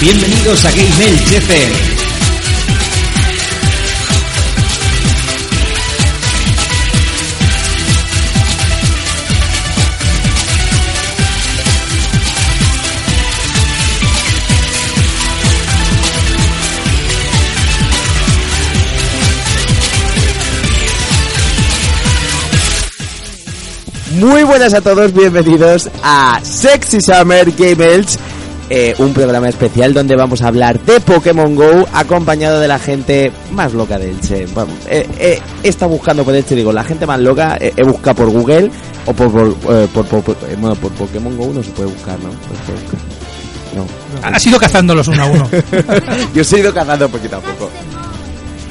Bienvenidos a Game Elche FM. Muy buenas a todos, bienvenidos a Sexy Summer Game Elch, eh, un programa especial donde vamos a hablar de Pokémon Go acompañado de la gente más loca de Elche. Vamos, eh, eh, he estado buscando por Elche, digo, la gente más loca eh, he buscado por Google o por, por, eh, por- por- por- eh, bueno, por Pokémon Go no se puede buscar, ¿no? No se puede buscar. No. Has ido cazándolos uno a uno. Yo he ido cazando poquito a poco.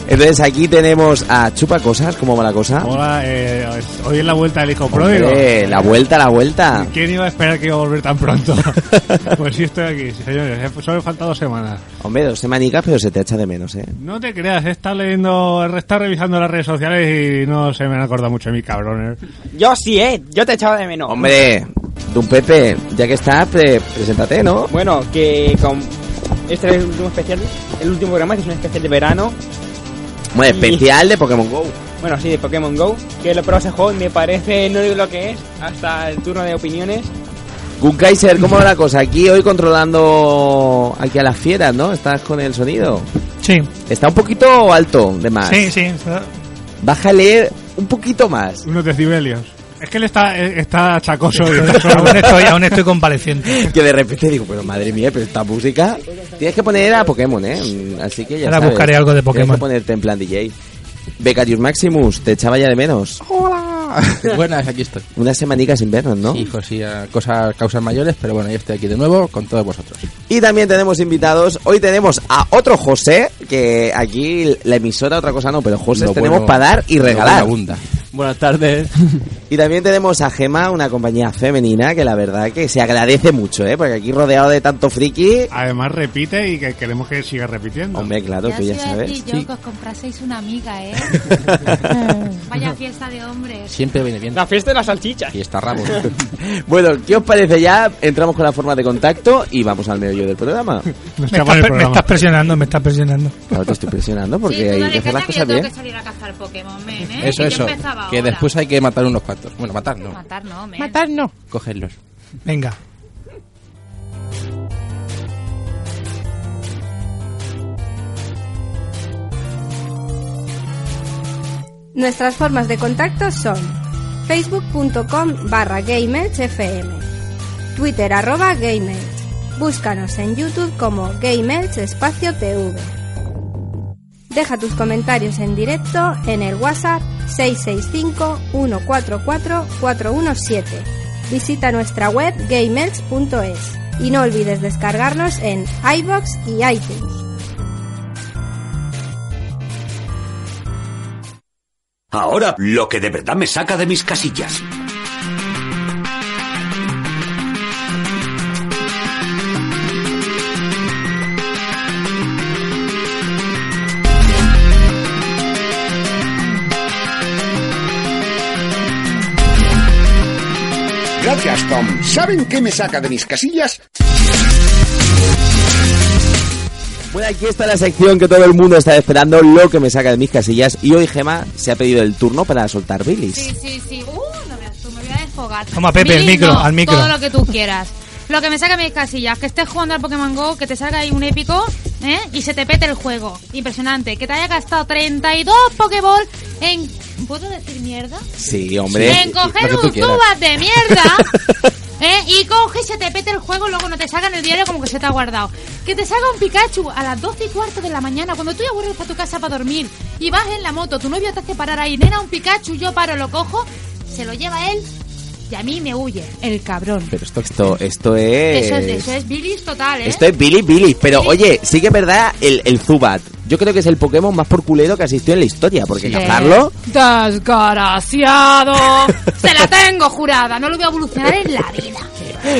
Entonces aquí tenemos a Chupa Cosas, ¿cómo va la cosa? Hola, eh, hoy es la vuelta del hijo pródigo. Hombre, la vuelta, la vuelta. ¿Quién iba a esperar que iba a volver tan pronto? pues sí estoy aquí, sí, señores. eh, Solo he faltado dos semanas. Hombre, dos semanicas, pero se te echa de menos, ¿eh? No te creas, he estado leyendo, he estado revisando las redes sociales y no se me han acordado mucho de mi cabrones. Yo sí, eh. Yo te echaba de menos. Hombre, Don Pepe, ya que estás, pre- preséntate, ¿no? Bueno, que con. Este es el último especial. El último programa que es un especial de verano. Bueno, Sí. especial de Pokémon GO. Bueno, sí, de Pokémon Go. Que lo probé ese juego y me parece. No digo lo que es. Hasta el turno de opiniones. Gunkaiser, ¿cómo va la cosa? Aquí hoy controlando aquí a las fieras, ¿no? Estás con el sonido. Sí, Está un poquito alto, de más. sí, sí. Bájale un poquito más. Unos decibelios. Es que él está, eh, está chacoso y está solo. Aún estoy, aún estoy compareciente. Que de repente digo, pero madre mía, pero esta música... Tienes que poner a Pokémon, ¿eh? Mm, Así que ya Ahora sabes. buscaré algo de Tienes Pokémon. que ponerte en plan DJ. Becarius Maximus, te echaba ya de menos. Oh. Buenas, aquí estoy. Unas semanicas sin vernos, ¿no? Hijos y a cosas, causas mayores, pero bueno, yo estoy aquí de nuevo con todos vosotros. Y también tenemos invitados. Hoy tenemos a otro José, que aquí la emisora, otra cosa no, pero José Lo tenemos bueno- para dar y lo regalar. bueno Abunda. Buenas tardes. Y también tenemos a Gema, una compañía femenina que la verdad que se agradece mucho, ¿eh? Porque aquí rodeado de tanto friki. Además repite y que queremos que siga repitiendo. Hombre, claro, tú os ya iba a sabes. decir yo que os compraseis una amiga, ¿eh? Vaya fiesta de hombres. Siempre viene bien. La fiesta de las salchichas. Y está Ramos. Bueno, ¿qué os parece ya? Entramos con la forma de contacto y vamos al medio del programa. No Me está mal estás, el per- me programa. estás presionando, me estás presionando. Claro, te estoy presionando porque sí, tú hay dale que hacer caña las que yo cosas tengo bien. que salir a cazar Pokémon, men, ¿eh? Eso, Que yo eso. empezaba Que ahora. después hay que matar unos cuantos. Bueno, matar no. Matar no, men. no. Cogerlos. Venga. Nuestras formas de contacto son facebook.com barra GameEdgeFM, twitter arroba GameEdge, búscanos en YouTube como GameEdge espacio TV. Deja tus comentarios en directo en el WhatsApp 665-144-417. Visita nuestra web gameedge.es y no olvides descargarnos en iBox y iTunes. Ahora, lo que de verdad me saca de mis casillas. Gracias, Tom. ¿Saben qué me saca de mis casillas? Bueno, aquí está la sección que todo el mundo está esperando, lo que me saca de mis casillas. Y hoy Gema se ha pedido el turno para soltar bilis. Sí, sí, sí. Uh, no veas tú, me voy a desfogar. Toma, Pepe, el Mili, micro, no, al micro. Todo lo que tú quieras. Lo que me saca mis casillas, que estés jugando al Pokémon GO, que te salga ahí un épico, ¿eh? Y se te pete el juego. Impresionante. Que te haya gastado 32 Pokéball en... ¿Puedo decir mierda? Sí, hombre. en coger lo que tú un quieras. tubas de mierda ¿eh? y coge y se te pete el juego y luego no te sacan el diario como que se te ha guardado. Que te salga un Pikachu a las 12 y cuarto de la mañana cuando tú ya vuelves para tu casa para dormir y vas en la moto, tu novio te hace parar ahí, nena, un Pikachu, yo paro, lo cojo, se lo lleva él y a mí me huye, el cabrón. Pero esto, esto, esto Pues, Eso es, eso es... es bilis total, ¿eh? ¿este Esto es Billy Billy, pero oye, sí que es verdad el, el Zubat. Yo creo que es el Pokémon más por culero que asistió en la historia, porque cazarlo... ¡Desgraciado! ¡Se la tengo jurada! No lo voy a evolucionar en la vida.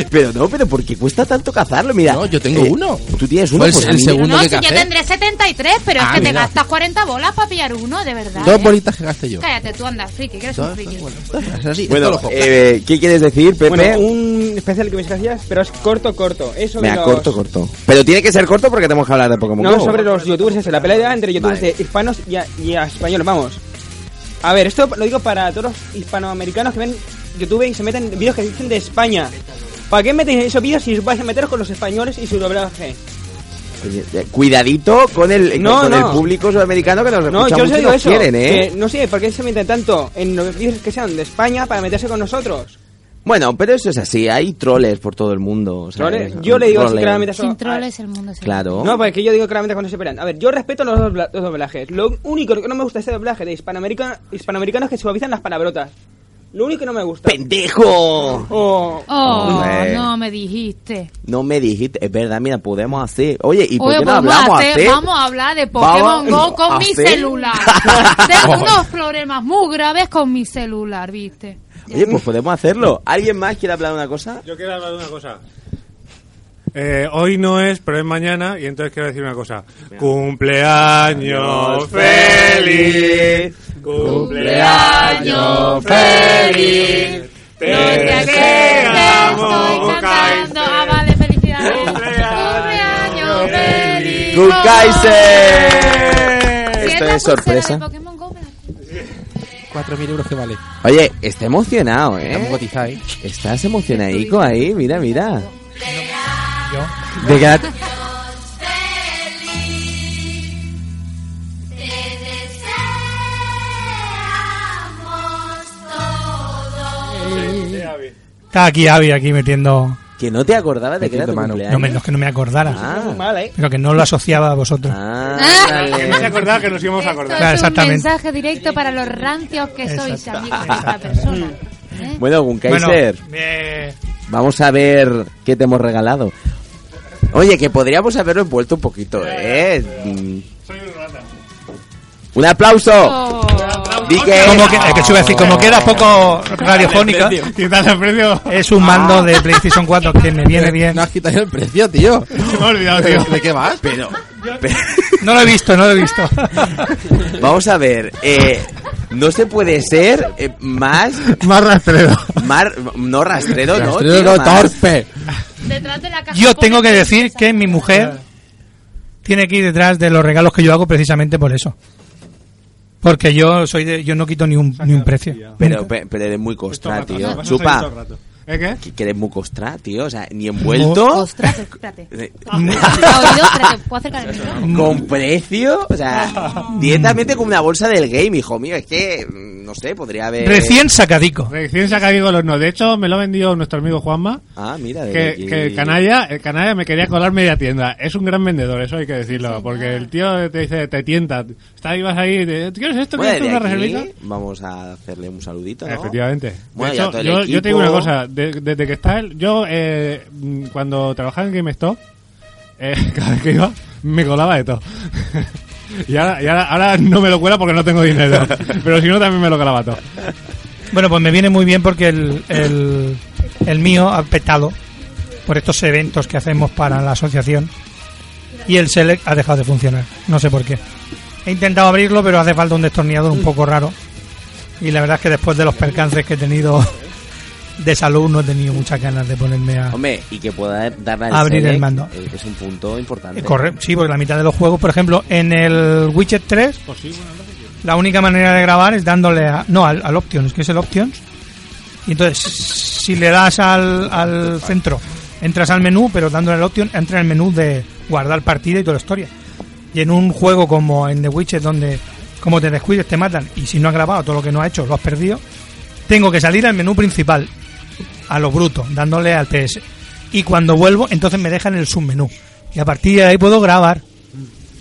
Pero no, pero ¿por qué cuesta tanto cazarlo? Mira... eh, No, yo tengo uno. Tú tienes uno, Pues pues a el mí- segundo. Pero no, que si yo café. tendré 73, pero es Ah, que te mira. gastas 40 bolas para pillar uno, de verdad. Dos ¿eh? bolitas que gasté yo. Cállate, tú andas friki, que eres un Dos, friki. dos, bueno, es así, es todo Bueno, lo juego. eh, ¿qué quieres decir, Pepe? Bueno, un especial que mis casillas, pero es corto, corto. Es sobre Venga, los- corto, corto. Pero tiene que ser corto porque tenemos que hablar de Pokémon No, Go. sobre los youtubers, es la pelea entre youtubers Vale. de hispanos y, a- y a españoles, vamos. A ver, esto lo digo para todos los hispanoamericanos que ven YouTube y se meten en vídeos que existen de España. ¿Para qué metéis esos vídeos si os vais a meteros con los españoles y su doblaje? Eh, Cuidadito con el, No, con no. el público sudamericano que nos No, escucha yo os mucho y digo nos eso. quieren, ¿eh? que no sé, ¿por qué se meten tanto en los vídeos que sean de España para meterse con nosotros? Bueno, pero eso es así. Hay troles por todo el mundo. o sea, ¿Troles? son Yo le digo así troles. claramente eso. Sin troles el mundo se Claro. No, porque yo digo claramente cuando se pelean. A ver, yo respeto los, dobla- los doblajes. Lo único que no me gusta de este doblaje de hispanoamerica- hispanoamericanos es que suavizan las palabrotas. Lo único que no me gusta. ¡Pendejo! O- Oh, Hombre. no me dijiste. No me dijiste, es verdad, mira, podemos hacer. Oye, ¿y por Oye, pues qué no vamos, hablamos a hacer- así? vamos a hablar de Pokémon Vamos Go con a mi hacer- celular. Tengo unos problemas muy graves con mi celular, ¿viste? Oye, pues podemos hacerlo. ¿Alguien más quiere hablar de una cosa? Yo quiero hablar de una cosa. Eh, hoy no es, pero es mañana, y entonces quiero decir una cosa. ¡Cumpleaños feliz! ¡Cumpleaños feliz! ¡Te estoy cantando. Ah, vale, felicidades. Cumpleaños feliz. ¡Good eh. Kaiser! Si Esto la es pulsera de sorpresa. Pokémon Go, me la- 4.000 euros que vale. Oye, está emocionado, Estamos ¿eh? cotizados, ¿eh? Estás emocionadico ahí, mira, mira. Yo. De gat. Está aquí Avi, aquí metiendo... Que no te acordabas de que era tu Metiendo mano. cumpleaños. No, me- no, es que no me acordara. Ah, Mal, ¿eh? Pero que no lo asociaba a vosotros. ah, Que no se dale. acordaba que nos íbamos a acordar. Esto Claro, es un exactamente. mensaje directo para los rancios que sois, Exacto. amigos de esta persona. ¿eh? Bueno, Gunkaiser, Bueno, eh, vamos a ver qué te hemos regalado. Oye, que podríamos haberlo envuelto un poquito, ¿eh? Mm. ¡Un aplauso! Oh. Di que- como que, es que te iba a decir, como que era poco radiofónica, ¿Qué tal el precio? es un mando de PlayStation 4 que me viene bien. No has quitado el precio, tío. Se me ha olvidado, tío. ¿De qué vas? Pero... No lo he visto, no lo he visto. Vamos a ver, eh, no se puede ser eh, más, Más rastrero. mar- no rastrero, no, Rastrero tío, no, más. torpe. Detrás de la caja Yo tengo que ponen- decir que mi mujer tiene que ir detrás de los regalos que yo hago precisamente por eso. Porque yo soy de, yo no quito ni un, ni un precio. Pero, pe- pero eres muy costra, tío. Chupa, ¿Eh, qué? que que eres muy costra, tío, o sea, ni envuelto, Ostras, espérate. eh, ¿Te ha oído? Espérate, ¿puedo acercar el micro? con precio, o sea, directamente como una bolsa del game, hijo mío, es que, mm, no sé, podría haber... Recién sacadico. Recién sacadigo los no. De hecho, me lo ha vendido nuestro amigo Juanma. Ah, mira, de Que, aquí. que el canalla, el canalla me quería colar media tienda. Es un gran vendedor, eso hay que decirlo, porque el tío te dice, te tienta. Está ahí, vas ahí, y te, ¿quieres esto? Bueno, ¿Quieres tú de una aquí reservita? vamos a hacerle un saludito, ¿no? Efectivamente. De Bueno, ya hecho, todo el yo, yo te digo una equipo. cosa, de- desde que está él, yo eh, mm, cuando trabajaba en GameStop, eh, cada vez que iba, me colaba de todo. y ahora, y ahora, ahora no me lo cuela porque no tengo dinero, pero si no también me lo colaba todo. Bueno, pues me viene muy bien porque el, el, el mío ha petado por estos eventos que hacemos para la asociación y el Select ha dejado de funcionar. No sé por qué. He intentado abrirlo, pero hace falta un destornillador un poco raro. Y la verdad es que después de los percances que he tenido de salud, no he tenido muchas ganas de ponerme a. Hombre, y que pueda darle al Abrir el select, mando. eh, Es un punto importante. Eh, corre- sí, porque la mitad de los juegos, por ejemplo, en el Widget 3, la única manera de grabar es dándole a. No, al, al Options, que es el Options. Y entonces, si le das al, al centro, entras al menú, pero dándole al Options, entra en el menú de guardar partida y toda la historia. Y en un juego como en The Widget, donde como te descuides te matan, y si no has grabado todo lo que no has hecho, lo has perdido, tengo que salir al menú principal, a lo bruto, dándole al PS. Y cuando vuelvo, entonces me dejan en el submenú. Y a partir de ahí puedo grabar.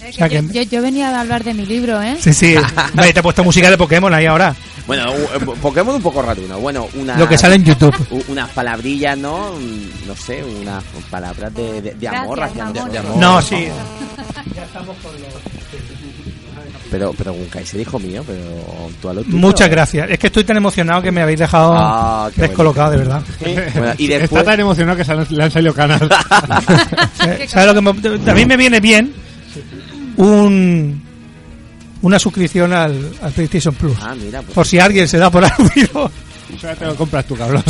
O sea que- Yo, yo- yo venía a hablar de mi libro, ¿eh? Sí, sí. Hombre, te he puesto música de Pokémon ahí ahora. Bueno, u- eh, Pokémon un poco ratuna. Bueno, una... Lo que sale en YouTube. u- unas palabrillas, ¿no? Mm, No sé, unas palabras de, de- de amor Gracias, hacia amor. nosotros. No, sí. Pero, pero Gunkai se dijo mío, pero tú a lo tuyo. Muchas gracias. Es que estoy tan emocionado que me habéis dejado Ah, qué descolocado, de verdad. Bueno, y Está después... tan emocionado que se han- le han salido canas. Eh, ¿Sabes lo que me- también me viene bien un una suscripción al, al PlayStation Plus. Ah, mira, pues... Por si alguien se da por aludido Ahora te lo compras tú, cabrón.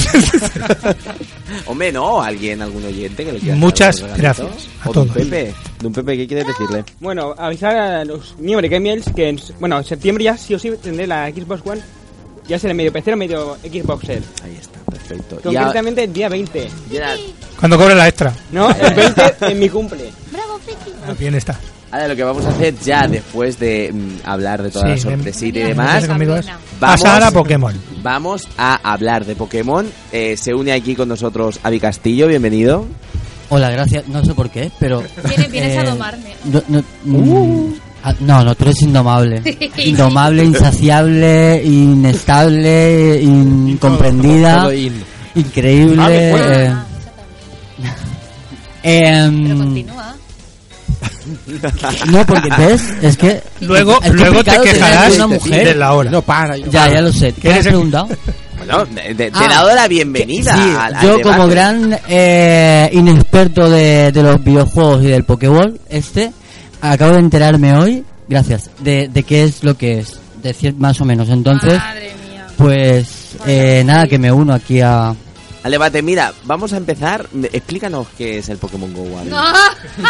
Hombre, no, alguien, algún oyente que le quiera. hacer Muchas algún regalito. gracias a O don todos. Pepe, don Pepe, ¿qué quieres decirle? Bueno, avisar a los miembros de Gamers que en, bueno, en septiembre ya sí o sí tendré la Xbox One. Ya será medio PC o medio Xboxer. Ahí está, perfecto. Y a- Concretamente el día 20. y a- Cuando cobre la extra. No, el 20 en mi cumple. Bien está. ahora lo que vamos a hacer ya después de mm, hablar de todas Sí, las ven- sorpresitas y ven demás, conmigo, es- vamos- Pasar a Pokémon. Vamos a hablar de Pokémon. Eh, se une aquí con nosotros Avi Castillo, bienvenido. Hola, gracias. No sé por qué, pero. Vienes- vienes Eh, a domarme. No, no, mm, Uh. ah, no, no, tú eres indomable. indomable, insaciable, inestable, incomprendida. todo in. Increíble. Ah, me suena. eh. Em, no, porque ves, es que. Luego- es luego te complicado tener quejarás una mujer. de la hora. No para. no Ya, para. ya lo sé. ¿Qué has preguntado? Bueno, de- de- te he Ah, dado la bienvenida. Sí, al- al yo debate. como gran eh, inexperto de, de los videojuegos y del Pokéball, este, acabo de enterarme hoy, gracias, de, de qué es lo que es, de cier- más o menos. Entonces, pues eh, nada, que me uno aquí a... Al debate, mira, vamos a empezar. Explícanos qué es el Pokémon Go. Avi.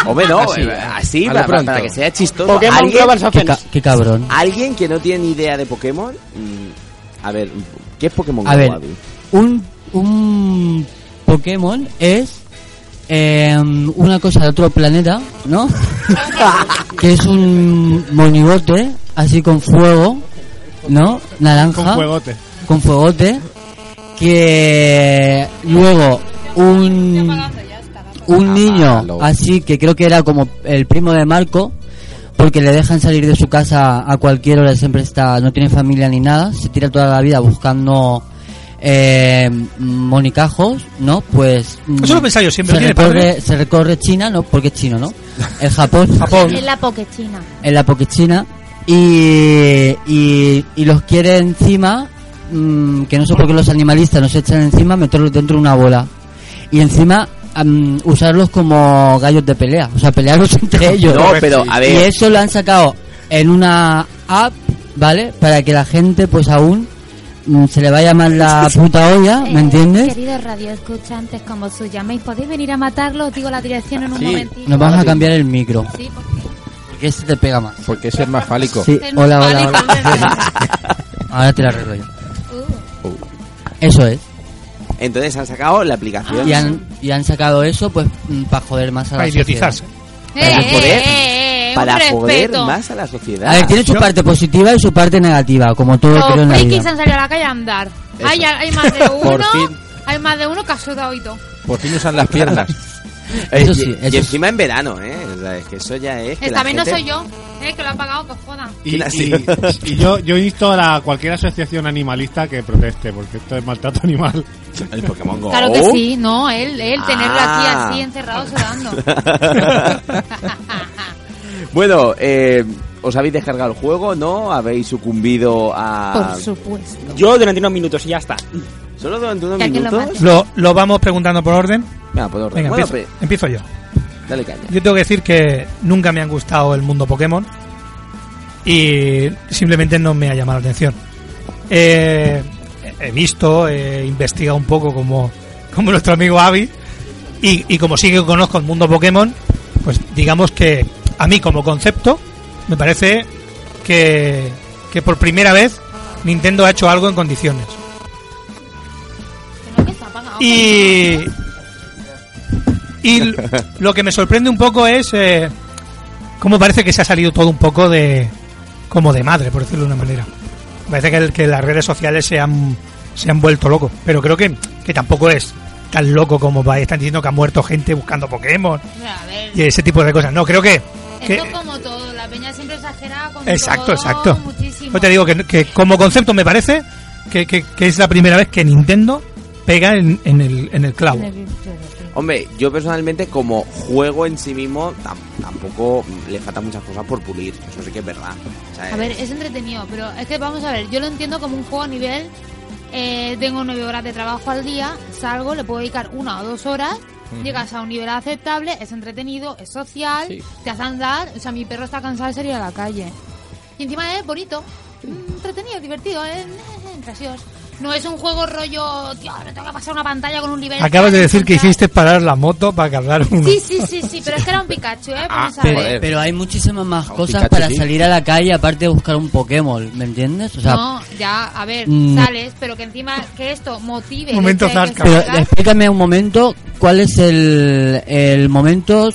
Hombre, no, Así, eh, así, a lo para, pronto. para que sea chistoso. Pokémon ¿Alguien, Global Qué ca- qué cabrón. Alguien que no tiene ni idea de Pokémon. mm, A ver, ¿qué es Pokémon A Go? ver, Avi? un, un Pokémon es eh, una cosa de otro planeta, ¿no? que es un monigote, así con fuego, ¿no? Naranja. Con fuegote. Con fuegote. Que luego un, Ah, un niño, así que creo que era como el primo de Marco, porque le dejan salir de su casa a cualquier hora, siempre está, no tiene familia ni nada, se tira toda la vida buscando eh, monicajos, ¿no? Pues... mm, Eso lo he pensado yo siempre, Se ¿tiene recorre, padre? se recorre China, ¿no? Porque es chino, ¿no? El Japón. Japón En la Poquechina. en la Poquichina y, y, y los quiere encima, mm, que no sé por qué los animalistas nos echan encima, meterlos dentro de una bola. Y encima am, usarlos como gallos de pelea, o sea, pelearlos entre ellos. No, pero, a ver. Y eso lo han sacado en una app, ¿vale? Para que la gente pues aún mm, se le vaya más la puta olla, ¿me Eh, entiendes? Queridos radioescuchantes, como os llaméis, podéis venir a matarlo, os digo la dirección en un momentito. Nos vamos a cambiar el micro. Sí, por- Porque ese te pega más. Porque ese es más fálico. Sí, Es más hola, hola, fálico, hola. Ahora te la arreglo yo. Uh. Eso es. Entonces han sacado la aplicación. Y han, y han sacado eso pues para joder más a la Para idiotizarse. sociedad. Para Eh, poder, eh, eh, un para poder respeto. más a la sociedad. A ver, tiene su Yo- parte positiva y su parte negativa, como todo creo Los en la frikis vida. han salido a la calle a andar. Eso. Hay, hay más de Por uno. fin. Hay más de uno que ha sudado y todo. Por fin usan las piernas. Eh, Eso y- sí, y, eso encima en verano, ¿eh? O sea, es que eso ya es. Que Esta la vez gente- no soy yo, eh, que lo ha pagado, que os jodan. Y, ¿Quién ha y- sido? y yo, yo insto a la- cualquier asociación animalista que proteste, porque esto es maltrato animal. El Pokémon Go. Claro que sí, no, él, él, Oh. Ah. tenerlo aquí así encerrado sudando. bueno, eh, ¿os habéis descargado el juego, no? ¿Habéis sucumbido a. Por supuesto. Yo durante unos minutos y ya está. ¿Solo durante unos Que alguien lo minutos? Lo, lo vamos preguntando por orden. Venga, pues orden. Venga, Bueno, empiezo, empiezo yo. pues, dale caña. Yo tengo que decir que nunca me han gustado el mundo Pokémon y simplemente no me ha llamado la atención. Eh, he visto, he investigado un poco como, como nuestro amigo Avi y, y como sí que conozco el mundo Pokémon, pues digamos que a mí como concepto me parece que, que por primera vez Nintendo ha hecho algo en condiciones. Que no, que está apagado. Y. Y l- lo que me sorprende un poco es. eh, cómo parece que se ha salido todo un poco de. Como de madre, por decirlo de una manera. Parece que, el- que las redes sociales se han, se han vuelto locos. Pero creo que, que tampoco es tan loco como va- están diciendo que ha muerto gente buscando Pokémon Hombre, a ver, y ese tipo de cosas. No, creo que. que- esto es como todo, la peña siempre exagera con Exacto, todo, exacto. muchísimo. Yo te digo que, que como concepto me parece que, que- que es la primera vez que Nintendo pega en, en el, en el clavo. Hombre, yo personalmente, como juego en sí mismo, tam- tampoco le faltan muchas cosas por pulir. Eso sí que es verdad. O sea, A ver, es entretenido, pero es que vamos a ver, yo lo entiendo como un juego a nivel. eh, tengo nueve horas de trabajo al día, salgo, le puedo dedicar una o dos horas, llegas a un nivel aceptable, es entretenido, es social, te hace andar, o sea, mi perro está cansado de salir a la calle. Y encima es bonito, mm, entretenido, divertido, es, es gracioso. No es un juego rollo, tío, ahora tengo que pasar una pantalla con un nivel. Acabas de decir que hiciste hiciste parar la moto para cargar uno. Sí, sí, sí, sí, pero es que era un Pikachu, ¿eh? Vamos a pero, ver. pero hay muchísimas más cosas Pikachu, para Ah, sí. salir a la calle aparte de buscar un Pokémon, ¿me entiendes? O sea, no, ya, a ver, Mm. sales, pero que encima que esto motive. que- que Pero eh, salgas. explícame un momento cuál es el, el momento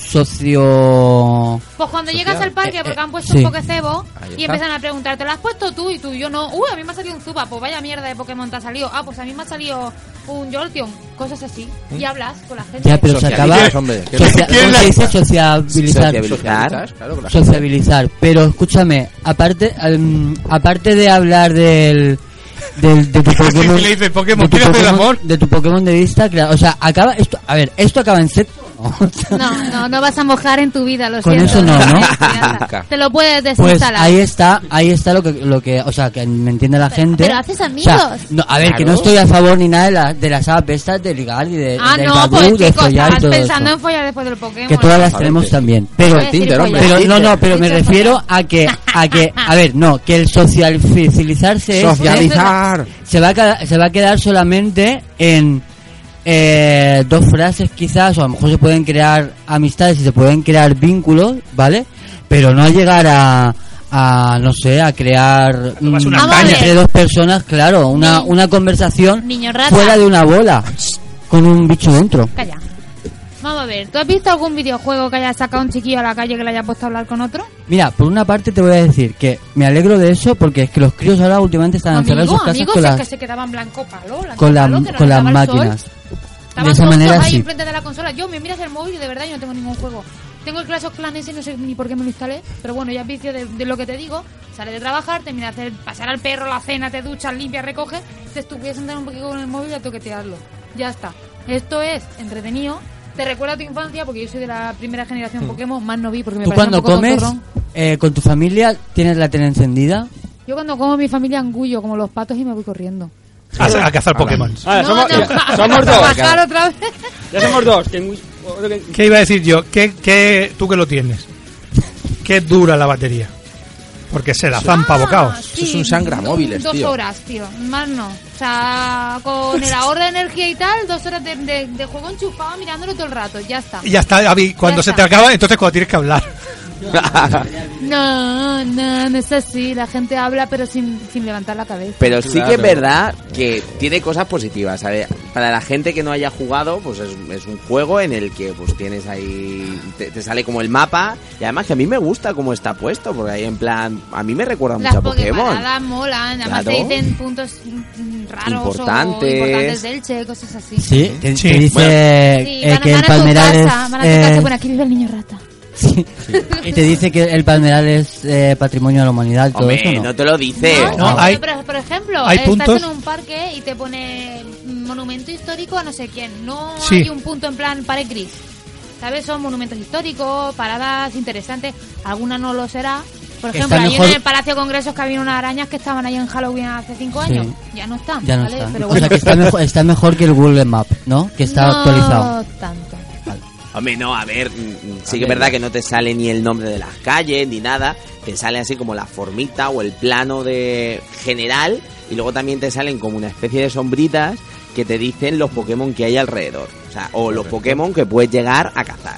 socio. Pues cuando llegas al parque, porque han puesto eh, sí. un Pokécebo y está. empiezan a preguntarte, ¿lo has puesto tú? Y tú, yo no. Uy, a mí me ha salido un Zuba, pues vaya mierda de Pokémon te ha salido. Ah, pues a mí me ha salido un Jolteon, cosas así. Y hablas con la gente. ¿Eh? Ya, pero se acaba. Socializas, hombre. ¿Qué- Socia- quién ¿cómo la- se dice? Sociabilizar. Sociabilizar, claro, con la gente. Sociabilizar. Pero escúchame, aparte, em, aparte de hablar del. del- de tu Pokémon. le dice, Pokémon, de tu ¿quieres hacer el Pokémon- amor? De tu Pokémon de vista, claro. O sea, acaba. Esto, a ver, ¿esto acaba en sexo? No. No, no, no vas a mojar en tu vida, lo Con siento. eso no, ¿no? Te lo puedes Pues desinstalar. ahí está, ahí está lo que, lo que, o sea, que me entiende la gente. pero haces O sea, amigos. no, a ver, que no Claro. estoy a favor ni nada de, la, de las apps estas de ligar y de, Ah, del no, babú, pues de chicos, follar y estabas todo pensando eso. en follar después del Pokémon. Que todas las tenemos también. Pero, Voy a decir Tinder, hombre. follar. pero no, no, pero me Tinder. refiero a que, a que, a ver, no, que el socializarse es- Socializar. se va a, queda- se va a quedar solamente en eh, dos frases quizás, o a lo mejor se pueden crear amistades y se pueden crear vínculos, ¿vale? Pero no llegar a, a no sé, a crear mm, una Vamos a caña. entre ver. dos personas, claro, una, una conversación Niño rata. fuera de una Ah, bola, con un bicho dentro. Calla. Vamos a ver, ¿tú has visto algún videojuego que haya sacado un chiquillo a la calle que le haya puesto a hablar con otro? Mira, por una parte te voy a decir que me alegro de eso porque es que los críos ahora últimamente están encerrados en Amigo, sus casas amigos, con es las, que se quedaban blanco palo, blanco con, la- palo, que no con les las daba el sol. máquinas. Estaban De esa todos manera ahí sí. enfrente de la consola. Yo me miras el móvil y de verdad yo no tengo ningún juego. Tengo el Clash of Clans ese, no sé ni por qué me lo instalé, pero bueno, ya es vicio de, de lo que te digo. Sales de trabajar, terminas de hacer- pasar al perro la cena, te duchas, limpias, recoges, te estuvieras sentado un poquito con el móvil y a toquetearlo. Ya está. Esto es entretenido. Te recuerda a tu infancia porque yo soy de la primera generación Pokémon, más no vi porque me Hmm. Tú parecía cuando un poco comes tontorrón. eh, con tu familia tienes la tele encendida. Yo cuando como mi familia angullo como los patos y me voy corriendo. A, a cazar Pokémon. Ahora, somos, no, ya- somos dos. Bajar otra vez. Ya somos dos. que en Wii- otro que- ¿Qué iba a decir yo? ¿Qué, qué, tú que lo tienes. ¿Qué dura la batería? Porque se la Ah. zampa bocados. Sí, es un sangra móviles, dos tío. horas, tío. Más no. O sea, con el ahorro de energía y tal, dos horas de, de- de juego enchufado mirándolo todo el rato. Ya está. Y ya está, Avi, cuando Ya se está. te acaba, entonces cuando tienes que hablar. eh, No, no, no es así. La gente habla, pero sin, sin levantar la cabeza. Pero sí que es Claro. verdad que tiene cosas positivas. A ver, para la gente que no haya jugado, pues es, es un juego en el que pues tienes ahí, te, te sale como el mapa. Y además que a mí me gusta cómo está puesto, porque ahí en plan, a mí me recuerda Las mucho a Pokémon. pokeparadas molan. Además, Claro. te dicen puntos mm, raros o Importantes. importantes del che, cosas así. Sí, te, Sí. te dice Sí, eh, van, que van el a tu palmeral es. casa, van a tu casa. eh, Bueno, aquí vive el niño rata. sí. Y te dice que el palmeral es eh, patrimonio de la humanidad, todo Hombre, eso. ¿no? no te lo dice. No, pero, hay- pero, por ejemplo, hay estás puntos- en un parque y te pone monumento histórico a no sé quién. No Sí. hay un punto en plan pared gris. ¿Sabes? Son monumentos históricos, paradas interesantes. Alguna no lo será. Por Que ejemplo, está allí mejor- en el Palacio de Congresos que había unas arañas que estaban ahí en Halloween hace cinco Sí. años. Ya no están, Ya no ¿vale? está. Pero O sea, que está mejor, está mejor que el Google Map, ¿no? Que está no actualizado. tanto. Hombre, no, a ver, mm, mm, sí que es verdad que no te sale ni el nombre de las calles ni nada, te sale así como la formita o el plano de general y luego también te salen como una especie de sombritas que te dicen los Pokémon que hay alrededor, o sea, o los Pokémon que puedes llegar a cazar.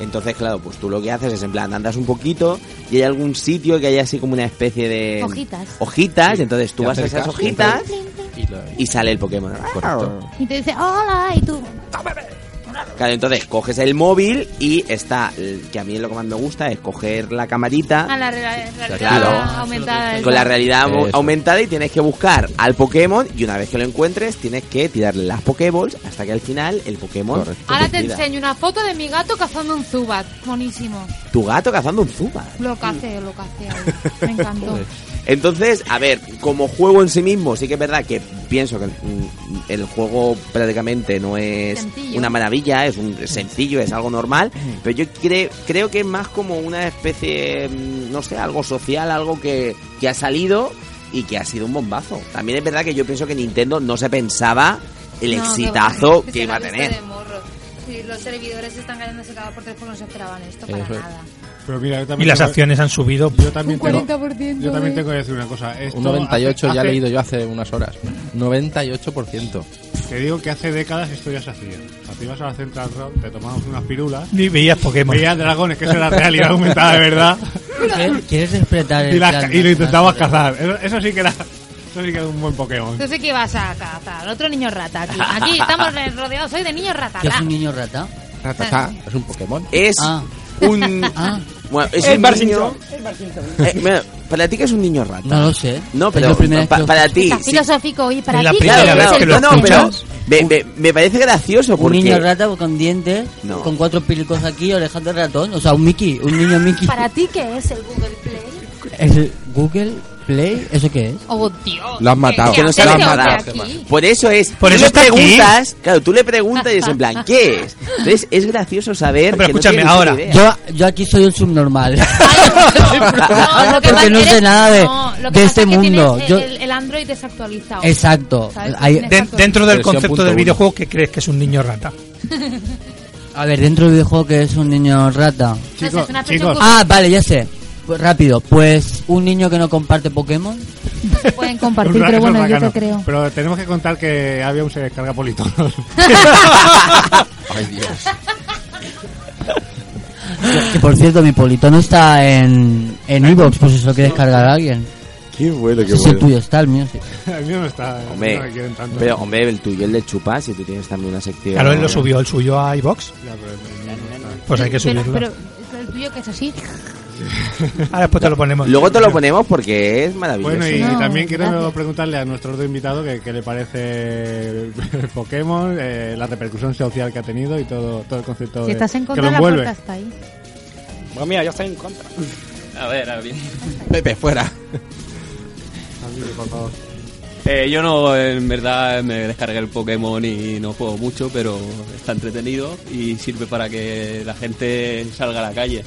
Entonces, claro, pues tú lo que haces es en plan andas un poquito y hay algún sitio que haya así como una especie de Hojitas. hojitas, entonces tú te vas a acercas, esas hojitas Y lo- y sale el Pokémon. Correcto. Y te dice, hola, y tú... Claro, entonces coges el móvil y está, que a mí lo que más me gusta es coger la A camarita "Ah, la, re- la realidad Claro. aumentada. con la realidad au- Eso. aumentada y tienes que buscar al Pokémon y una vez que lo encuentres tienes que tirarle las Pokéballs hasta que al final el Pokémon... Correcto. Ahora te decida. enseño una foto de mi gato cazando un Zubat. Buenísimo. Tu gato cazando un Zubat. Lo que hace, lo que hace. Me encantó. Entonces, a ver, como juego en sí mismo, sí que es verdad que pienso que mm, el juego prácticamente no es Sencillo. una maravilla, es un es sencillo, es algo normal, pero yo cre- creo que es más como una especie, mm, no sé, algo social, algo que, que ha salido y que ha sido un bombazo. También es verdad que yo pienso que Nintendo no se pensaba el No, qué exitazo bueno. que Se iba a la tener. vista de morro. Sí, los servidores están cayendo secados por teléfono, no se esperaban esto para Eso es. nada. Pero mira, yo Y también las tengo- acciones han subido. Yo también Un tengo, 40%. yo también eh. tengo que decir una cosa. Esto Un 98 hace- ya he hace- leído yo hace unas horas. 98%. Te digo que hace décadas esto ya se hacía. O sea, te ibas a la Central Rock, te tomabas unas pirulas. Y veías Pokémon. Veías dragones, que eso era realidad aumentada de verdad. ¿Quieres despertar el Y, las Eh, plan ca- y lo nacional? intentabas cazar. Eso, eso sí que era. Eso sí que era un buen Pokémon. Entonces, ¿qué vas a cazar? Otro niño rata aquí. Aquí estamos re- rodeados hoy de niños rata. Ah, ¿Qué es un niño rata? Ratatá, es un Pokémon. Es Ah. un. Ah. Bueno, es El un Bar niño. Simpson, el Bar Simpson. Eh, bueno, para ti que es un niño rata. No lo sé. No, Es la pero primera vez pa- que lo para ti. Está sí. filosófico y para Es la ti. primera ¿quién vez es que el lo no, no, pero escuchas? me, me- me parece gracioso Un porque niño rata con dientes, No. con cuatro pilicos aquí, orejas de ratón. O sea, un Mickey, un niño Mickey. ¿Para ti qué es el Google Play? ¿El Google Play? ¿eso qué es? Oh, Dios. Lo has matado. ¿Qué Que no haces se lo hoy han matado. aquí? Por eso es. Por tú eso le está aquí. preguntas, claro, tú le preguntas y es en plan, ¿qué es? Entonces es gracioso saber. No, pero que no escúchame, tienes ni ahora. idea. Yo, yo aquí soy el subnormal. No, lo que Porque pasa no es- sé nada de, no, lo que de pasa este es que mundo. tienes Yo- el, el Android desactualizado. exacto. ¿Sabes? Hay- Tienes- De- dentro del Versión concepto punto del uno. videojuego, ¿qué crees que es un niño rata? a ver, dentro del videojuego que es un niño rata. No sé, es una expresión chicos. Ah, vale, ya sé. Pues rápido, pues un niño que no comparte Pokémon. que se pueden Un compartir, rato pero bueno, yo bacano. te creo. Pero tenemos que contar que había un se descarga politono. Ay, Dios. Que, que, por cierto, mi politono está en, en Evox, por si se lo quiere descargar a alguien. Qué bueno, qué No sé si el bueno. tuyo está, el mío sí. El mío no está. Hombre, no me quieren tanto. pero hombre, el tuyo, el de chupas, si tú tienes también una sección. Claro, él lo subió, el suyo a iBox. Ya, pero el mío no está. Pues hay que Pero, subirlo. pero pero el tuyo que es así. Ahora después te lo ponemos. Luego te lo ponemos porque es maravilloso. Bueno, y No, también quiero gracias. preguntarle a nuestro otro invitado que, que le parece Pokémon, eh, la repercusión social que ha tenido y todo, todo el concepto Si de, estás en que lo contra, la envuelve. puerta está ahí. Bueno, mira, yo estoy en contra. A ver, a ver. Pepe, fuera. Eh, yo no, en verdad, me descargué el Pokémon y no juego mucho, pero está entretenido y sirve para que la gente salga a la calle.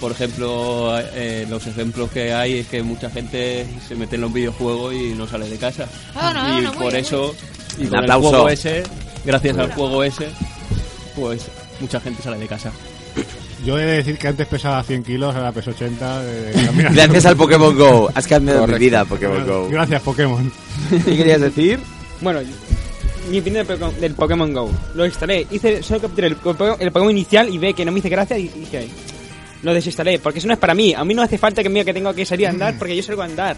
Por ejemplo, eh, los ejemplos que hay es que mucha gente se mete en los videojuegos y no sale de casa. Ah, no, y no, muy por bien, eso, y Un con el aplauso. juego ese, gracias al juego ese, pues mucha gente sale de casa. Yo he de decir que antes pesaba 100 kilos, ahora peso eh, 80. de- de caminar. Gracias al Pokémon Go. Has cambiado Correcto. mi vida, Pokémon Go. Gracias, Pokémon. ¿Qué querías decir? Bueno, mi opinión del, Pokémon- del Pokémon Go. Lo instalé, hice, solo capturé el, Poké- el Pokémon inicial y ve que no me hice gracia y dije, lo desinstalé, porque eso no es para mí. A mí no hace falta que me diga que tengo que salir a Mm. andar, porque yo salgo a andar.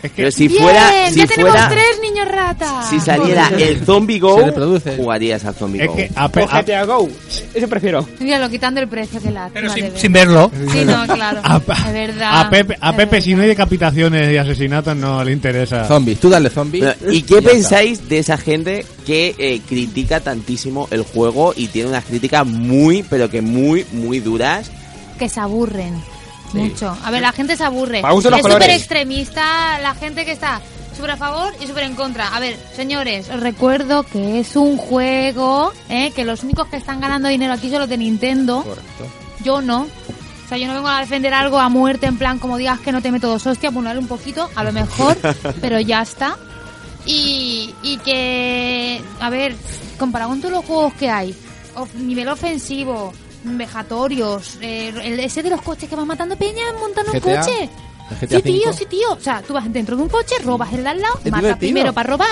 Es que Pero si Bien, fuera. Si ya tenemos fuera. tres niños rata. Si saliera el Zombie Go, Se reproduce. jugarías al Zombie es Go. que ape- O a- GTA Go, eso prefiero. Míralo, quitando el precio que la. Pero sin, sin verlo. Sí, no, claro. a, a- es verdad. a Pepe, a es Pepe, verdad. si no hay decapitaciones y asesinatos, no le interesa. Zombies, tú dale zombies. Bueno, ¿Y qué ya está. pensáis de esa gente que eh, critica tantísimo el juego y tiene unas críticas muy, pero que muy, muy duras? que se aburren mucho. A ver, la gente se aburre. Pa' gusto los es súper colores. extremista la gente que está súper a favor y súper en contra. A ver, señores, os recuerdo que es un juego, ¿eh? que los únicos que están ganando dinero aquí son los de Nintendo. Correcto. Yo no. O sea, yo no vengo a defender algo a muerte en plan como digas que no te meto dos hostias, bueno, dale un poquito, a lo mejor, pero ya está. Y, y que, a ver, comparado con todos los juegos que hay, of- nivel ofensivo, vejatorios, eh, el ese de los coches que vas matando peña montando un GTA, coche. el GTA Sí, tío, V. sí, tío. O sea, tú vas dentro de un coche, robas el de al lado, Es matas divertido. primero para robar.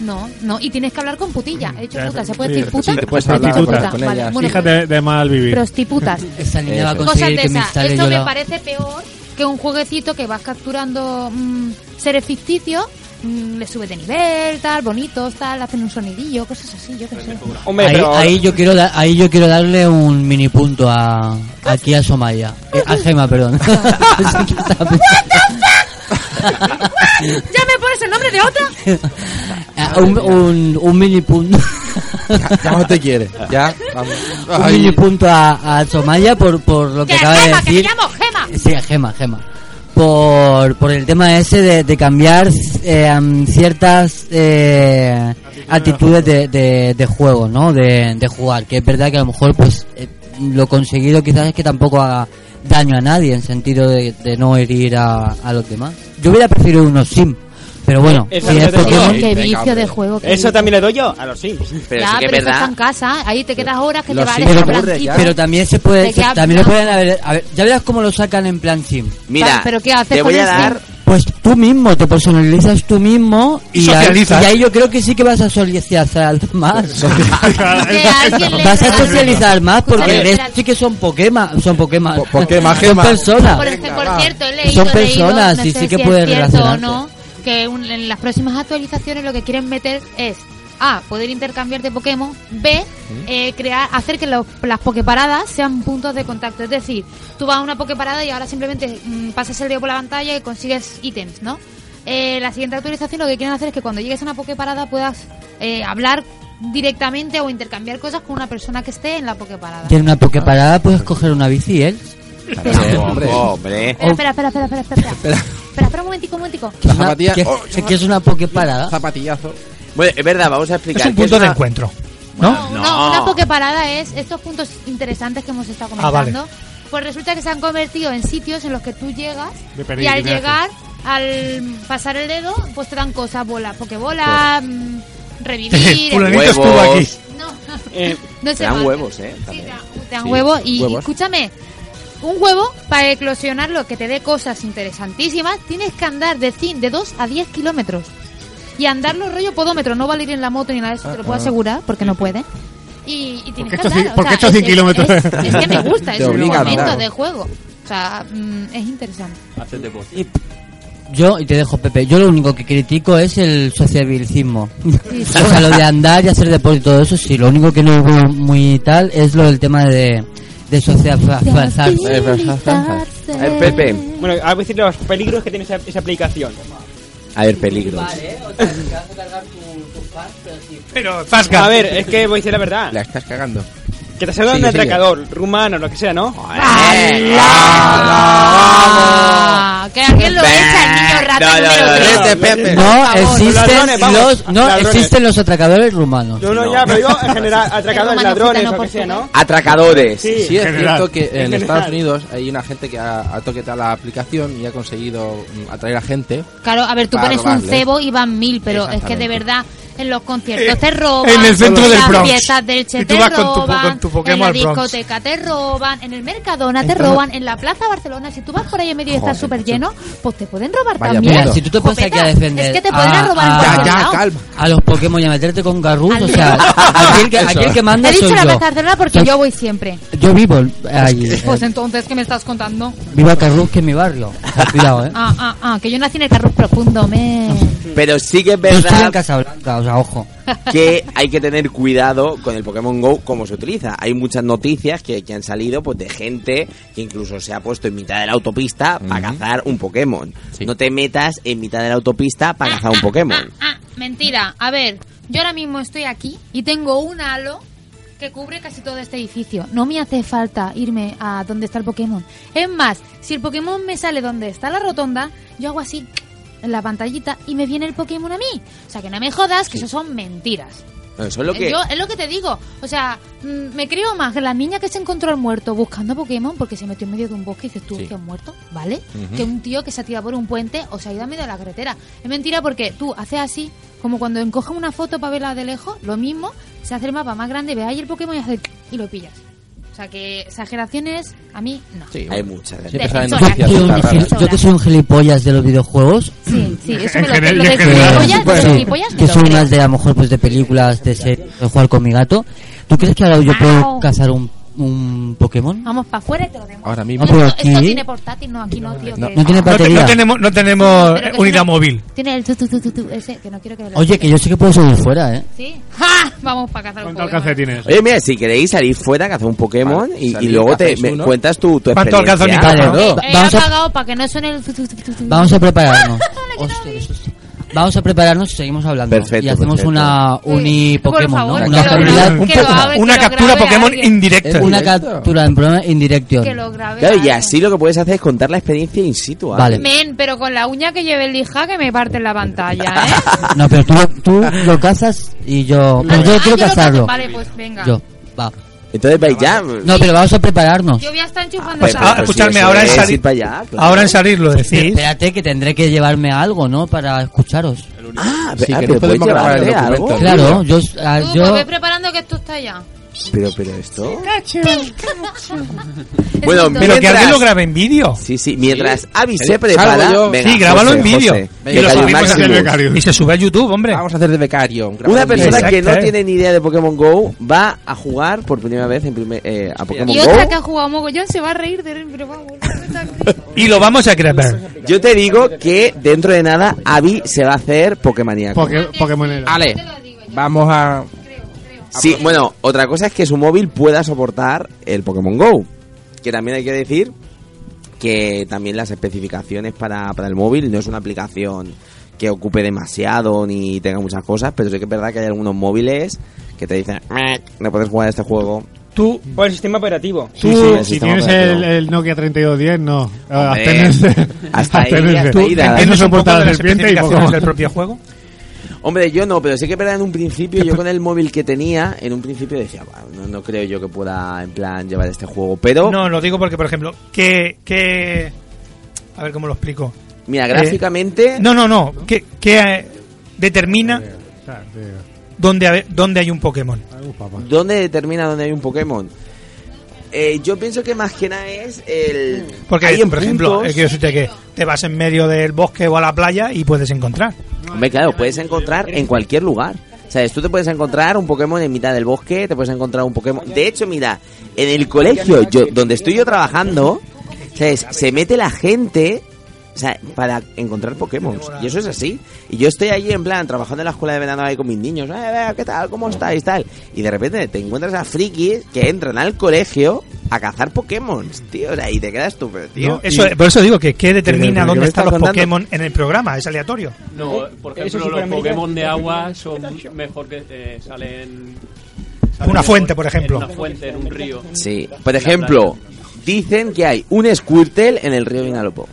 No, no, y tienes que hablar con putilla. He dicho Mm. Ya, puta, ¿se sí, puede decir sí, puta? te puedes hablar con- Prostituta, con vale, ellas. bueno, Fíjate de, mal vivir. Prostitutas Esa niña va a Eso. cosas conseguir de Pues que me esas. instale Esto yo me la- parece peor que un jueguecito que vas capturando mm, seres ficticios, mm, le subes de nivel, tal, bonitos, tal, hacen un sonidillo, cosas así, yo qué sé. Hombre, Ahí, pero ahí yo quiero da- ahí yo quiero darle un mini punto a aquí a Somaya. Eh, a Gema, perdón. Sí que estaba pensando. ¿Ya me pones el nombre de otra? Ah, un, un, un mini punto. Ya no te quiere. Ya, vamos. un Ay, mini punto a, a Somaya por, por lo que ¡Que acaba de Gema, que me decir. llamo Gema! Sí, a Gema, Gema. Por, por el tema ese de, de cambiar eh, am, ciertas eh, actitudes de, de, de juego, ¿no? De, de jugar. Que es verdad que a lo mejor, pues, eh, lo conseguido quizás es que tampoco haga daño a nadie en sentido de, de no herir a, a los demás. Yo hubiera preferido unos sim, pero bueno, Eh, Eso si es es lo que te Pokémon- Sí, qué venga, vicio hombre. de juego. qué eso vicio. también le doy yo a los Sims. Pero ya, sí que es pero eso verdad. está en casa, ahí te quedas horas que Los te va a sí dejar me aburre, blanquito. ya. Pero también se puede, De que también lo habla. pueden haber, a ver, ya verás cómo lo sacan en plan sim. Mira, Vale, pero ¿qué haces te con voy a eso? dar Pues tú mismo, te personalizas tú mismo Y y, ahí, socializas. y ahí yo creo que sí que vas a socializar más. vas a socializar más porque Escúchame, el resto sí que son Pokémon, son Pokémon, Pokémon, son Gema. personas. Por, este- por cierto, he leído, Son he leído, personas no y sé sí que si pueden es cierto o relacionarte. no, que un- en las próximas actualizaciones lo que quieren meter es A, poder intercambiar de Pokémon, B, eh, crear, hacer que los- las Poképaradas sean puntos de contacto. Es decir, tú vas a una Poképarada y ahora simplemente mm, pasas el dedo por la pantalla y consigues ítems, ¿no? Eh, la siguiente actualización lo que quieren hacer es que cuando llegues a una Poképarada puedas eh, hablar directamente o intercambiar cosas con una persona que esté en la Poképarada. Tiene una Poképarada, puedes coger una bici, ¿eh? hombre. hombre. Espera, espera, espera, espera, espera, espera. espera, espera un momentico, un momentico. Una- que, Oh, que es una Poképarada. Zapatillazo. Bueno, es verdad, vamos a explicar. Es un que punto de una- encuentro. No, No. una, una pokeparada es estos puntos interesantes que hemos estado Ah, vale. comentando. Pues resulta que se han convertido en sitios en los que tú llegas y De al peregrinaje. llegar, al pasar el dedo, pues te dan cosas, bola, pokebola, mm, revivir, Fulanito etcétera. estuvo aquí. eh, No Te sé dan más. huevos, eh. también. Te dan Sí. huevo y, y Huevos. escúchame, un huevo para eclosionarlo que te dé cosas interesantísimas, tienes que andar de, cin- de 2 a 10 kilómetros. Y andarlo rollo podómetro, no vale ir en la moto ni nada de eso, te lo puedo ah. asegurar porque no puede. Y, y tienes qué que estos cin- andar. por qué estos es- cien es- kilómetros? Es, es que me gusta, Te es un obliga a momento andar. de juego. O sea, mm, es interesante. Haces deporte. Yo, y te dejo Pepe, yo lo único que critico es el sociabilismo. o sea, lo de andar y hacer deporte y todo eso, sí, lo único que no veo muy tal es lo del tema de, de sociabilizarse. A ver, Pepe. Bueno, a decir los peligros que tiene esa, esa aplicación. A ver, peligros. Pero, A ver, es que voy a decir la verdad. La estás cagando. Que te salga Sigue, un sigue. atracador, rumano, lo que sea, ¿no? Eh, Ah, que alguien lo echa el niño rata número tres. No, existen Ladrones, vamos. los, no Ladrones. existen los atracadores rumanos. No, no, ya, pero yo en general, atracadores, Hermano, ladrones, gitano, lo que sea, ¿no? Atracadores. Sí, Sí, es cierto en general. que En en general. Estados Unidos hay una gente que ha, ha toqueteado la aplicación y ha conseguido mm, atraer a gente. Claro, a ver, tú para pones un robarle. cebo y van mil, pero es que de verdad en los conciertos te roban, en el centro en del las Bronx. fiestas del Che Y tú te vas con tu- roban, con tu Pokémon en la al Bronx. discoteca te roban, en el Mercadona te Entonces- roban, en la Plaza Barcelona, si tú vas por ahí en medio y estás Joder, súper lleno, pues te pueden robar Vaya también. puto. Mira, si tú te pones Jopeta, aquí a defender Es que te a- podrán robar a- por Ya, todos ya, lados. a los Pokémon y a meterte con Garrus, o sea, aquí el que, aquí el que manda He dicho soy la yo. Plaza Barcelona porque yo voy siempre. Yo vivo allí, eh, Pues entonces, ¿qué me estás contando? vivo a Garrus que es mi barrio. Cuidado, eh. Ah, ah, ah, que yo nací en el Carrus Profundo, me... Pero sí que es Yo estoy en verdad Casablanca, o sea, ojo. que hay que tener cuidado con el Pokémon Go como se utiliza. Hay muchas noticias que, que han salido pues de gente que incluso se ha puesto en mitad de la autopista para cazar un Pokémon. No te metas en mitad de la autopista para cazar un Pokémon. Ah, mentira. A ver, yo ahora mismo estoy aquí y tengo un halo que cubre casi todo este edificio. No me hace falta irme a donde está el Pokémon. Es más, si el Pokémon me sale donde está la rotonda, yo hago así en la pantallita y me viene el Pokémon a mí. O sea, que no me jodas, que eso son mentiras. Eso es lo Eh, que... Yo, es lo que te digo. O sea, mm, me creo más que la niña que se encontró al muerto buscando Pokémon porque se metió en medio de un bosque y dices tú Sí. que es muerto, ¿vale? Ujú. Que un tío que se ha tirado por un puente o se ha ido a medio de la carretera. Es mentira porque tú haces así, como cuando encoges una foto para verla de lejos, lo mismo, se hace el mapa más grande, ve ahí el Pokémon y hace y lo pillas. O sea que exageraciones, a mí no. Sí, Hay muchas. Siempre salen Yo noticias Yo, raras. que- yo que soy un gilipollas de los videojuegos. eh, Sí, sí, eso me lo, general- lo y de en general. gilipollas, de sí, gilipollas, que me lo son creo. unas de a lo mejor pues de películas, de series, de jugar con mi gato. ¿Tú crees que ahora yo puedo Au. cazar un, un Pokémon? Vamos para afuera y te lo demuestro. Ahora mismo. No, Pero esto, esto aquí- tiene portátil, no, aquí no, tío. No, que- no tiene No, te- batería. no tenemos, no tenemos Pero que unidad tiene- móvil. Tiene el tu, tu, tu, tu, tu, ese, que no quiero que me lo Oye, que yo sé que puedo salir fuera, ¿eh. Sí. ¡Ja! Vamos para cazar un ¿Cuánto Pokémon. alcance tienes? Oye, mira, si queréis salir fuera, cazar un Pokémon Vale, y- y, salir, luego te hacéis me uno. cuentas tu, tu ¿Cuánto alcanza mi experiencia. cámara? Vale, Eh, va- He vamos a- apagado para que no suene el tu, tu, tu, tu, tu. Vamos a prepararnos. Hostia, qué susto. Vamos a prepararnos y seguimos hablando. Perfecto, y hacemos perfecto. una uni Pokémon, favor, ¿no? que Una lo captura, grabe. Un que lo poco- abre, una que lo captura grabe Pokémon alguien. indirecta. Es una directo. captura en programa en dirección. Que lo grabé. Claro, y alguien. así lo que puedes hacer es contar la experiencia in situ. ¿ah? Vale. Men, pero con la uña que lleve el lija que me parte la pantalla, ¿eh? No, pero tú, tú lo cazas y yo. Ah, Pero yo ah, quiero yo lo cazo. cazarlo. Vale, pues venga. Yo, va. Entonces vais ya. No, pero vamos a prepararnos. Yo voy a estar enchufando Pues, esa- Ah, pues, escuchadme, eso ahora es en salir- ir para allá, claro. Ahora en salir lo decís. Espérate que tendré que llevarme algo, ¿no? Para escucharos. Ah, Sí, ah, que pero no podemos puedes grabar el llevarte documento. algo. Claro, yo, ah, Tú, pues yo ve preparando que esto está ya. Pero, pero esto. Pero Bueno, que alguien lo grabe en vídeo. Sí, sí, mientras Avi se prepara. venga, sí, grábalo José, en vídeo. José, Y lo becario subimos a hacer Maximus. becario. Y se sube a YouTube, hombre. Vamos a hacer de becario. un gran Una becario. persona que no Exacto, ¿eh? tiene ni idea de Pokémon Go va a jugar por primera vez en primer- eh, a Pokémon Y Go. otra que ha jugado mogollón se va a reír de pero vamos. Y lo vamos a creper. Yo te digo que dentro de nada Avi se va a hacer Pokémaniaco. Ale, vamos a. Sí, bueno, otra cosa es que su móvil pueda soportar el Pokémon Go. Que también hay que decir que también las especificaciones para, para el móvil no es una aplicación que ocupe demasiado ni tenga muchas cosas, pero sí que es verdad que hay algunos móviles que te dicen, "Mec, no puedes jugar a este juego. Tú. Por el sistema operativo. Sí, Tú, sí, el si sistema tienes operativo. el, el Nokia 3210, no. Ah, Hombre, Abstenerse. hasta ahí, Abstenerse. hasta ahí, nada. Eso ¿Entiendes un soporta poco la de las serpiente y poco especificaciones más. del propio juego? Hombre, yo no, pero sí que es verdad en un principio, yo con el móvil que tenía, en un principio decía, "Buah, no, no creo yo que pueda en plan llevar este juego, pero... No, lo digo porque, por ejemplo, que. que... A ver cómo lo explico. Mira, Eh, gráficamente- no, no, no. Que, que eh, determina dónde, habe- dónde hay un Pokémon. ¿Dónde determina dónde hay un Pokémon? Eh, yo pienso que más que nada es el... Porque, hay en por ejemplo, puntos- eh, quiero decirte que te vas en medio del bosque o a la playa y puedes encontrar. Hombre, claro, puedes encontrar en cualquier lugar. ¿Sabes? Tú te puedes encontrar un Pokémon en mitad del bosque, te puedes encontrar un Pokémon... De hecho, mira, en el colegio yo, donde estoy yo trabajando, ¿sabes? Se mete la gente... o sea, para encontrar Pokémon. Y eso es así. Y yo estoy allí en plan, trabajando en la escuela de verano ahí con mis niños. "Eh, eh, ¿Qué tal? ¿Cómo estáis? Tal. Y de repente te encuentras a frikis que entran al colegio a cazar Pokémon, tío. O sea, y te quedas tú, pero, tío. No, eso, por eso digo que qué Pero, determina pero, ¿qué me estás dónde están los contando? Pokémon en el programa, es aleatorio. No, por Eso ejemplo, es los Superamericano. Pokémon de agua son mejor que eh, salen. Una fuente, por ejemplo. En una fuente, en un río. Sí. Por ejemplo, dicen que hay un Squirtle en el río Vinalopó.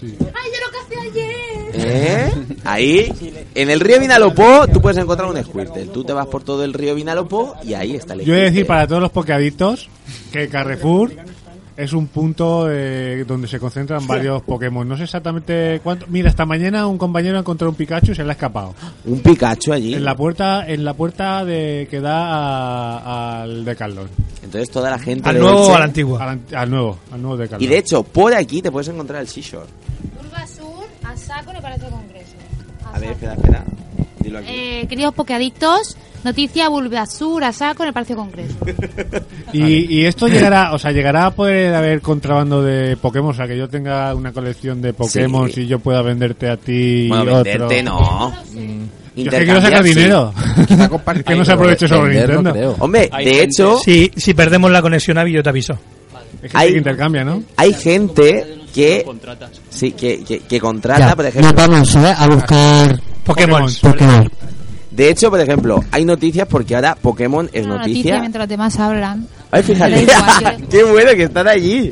¡Ay, yo lo casé ayer! ¿Eh? Ahí, en el río Vinalopó, tú puedes encontrar un Squirtle. Tú te vas por todo el río Vinalopó y ahí está el Yo he de decir Squirtle. para todos los pokeadictos que Carrefour es un punto eh, donde se concentran varios Pokémon. No sé exactamente cuánto. Mira, esta mañana un compañero ha encontrado un Pikachu y se le ha escapado. Un Pikachu allí. En la puerta, en la puerta de que da a- al de Carlos. Entonces toda la gente... ¿Al de nuevo o Elche- al antiguo? Al an- al nuevo, al nuevo de Carlos. Y de hecho, por aquí te puedes encontrar el Seashore. Urba Sur, a saco le parece congreso. A ver, espera, espera. Dilo aquí. Eh, queridos pokeadictos, noticia Bulbasur a saco en el Parque Congreso. Y, y esto llegará, o sea, llegará a poder haber contrabando de Pokémon, o sea, que yo tenga una colección de Pokémon Sí. y yo pueda venderte a ti. Bueno, y otro. venderte no. Yo es que quiero sacar Intercambiar, sí. dinero. que no se aproveche sobre Vender, no Nintendo. creo. Hombre, de hecho... si, si perdemos la conexión, Avi, yo te aviso. Es que intercambia, ¿no? Hay gente que... Sí, que, que, que contrata, Ya, por ejemplo... nos vamos ¿eh? a buscar Pokémon. Pokémon. De hecho, por ejemplo, hay noticias porque ahora Pokémon es Una noticia. mientras los demás hablan. Ay, fíjate. Da igual, Qué bueno que están allí.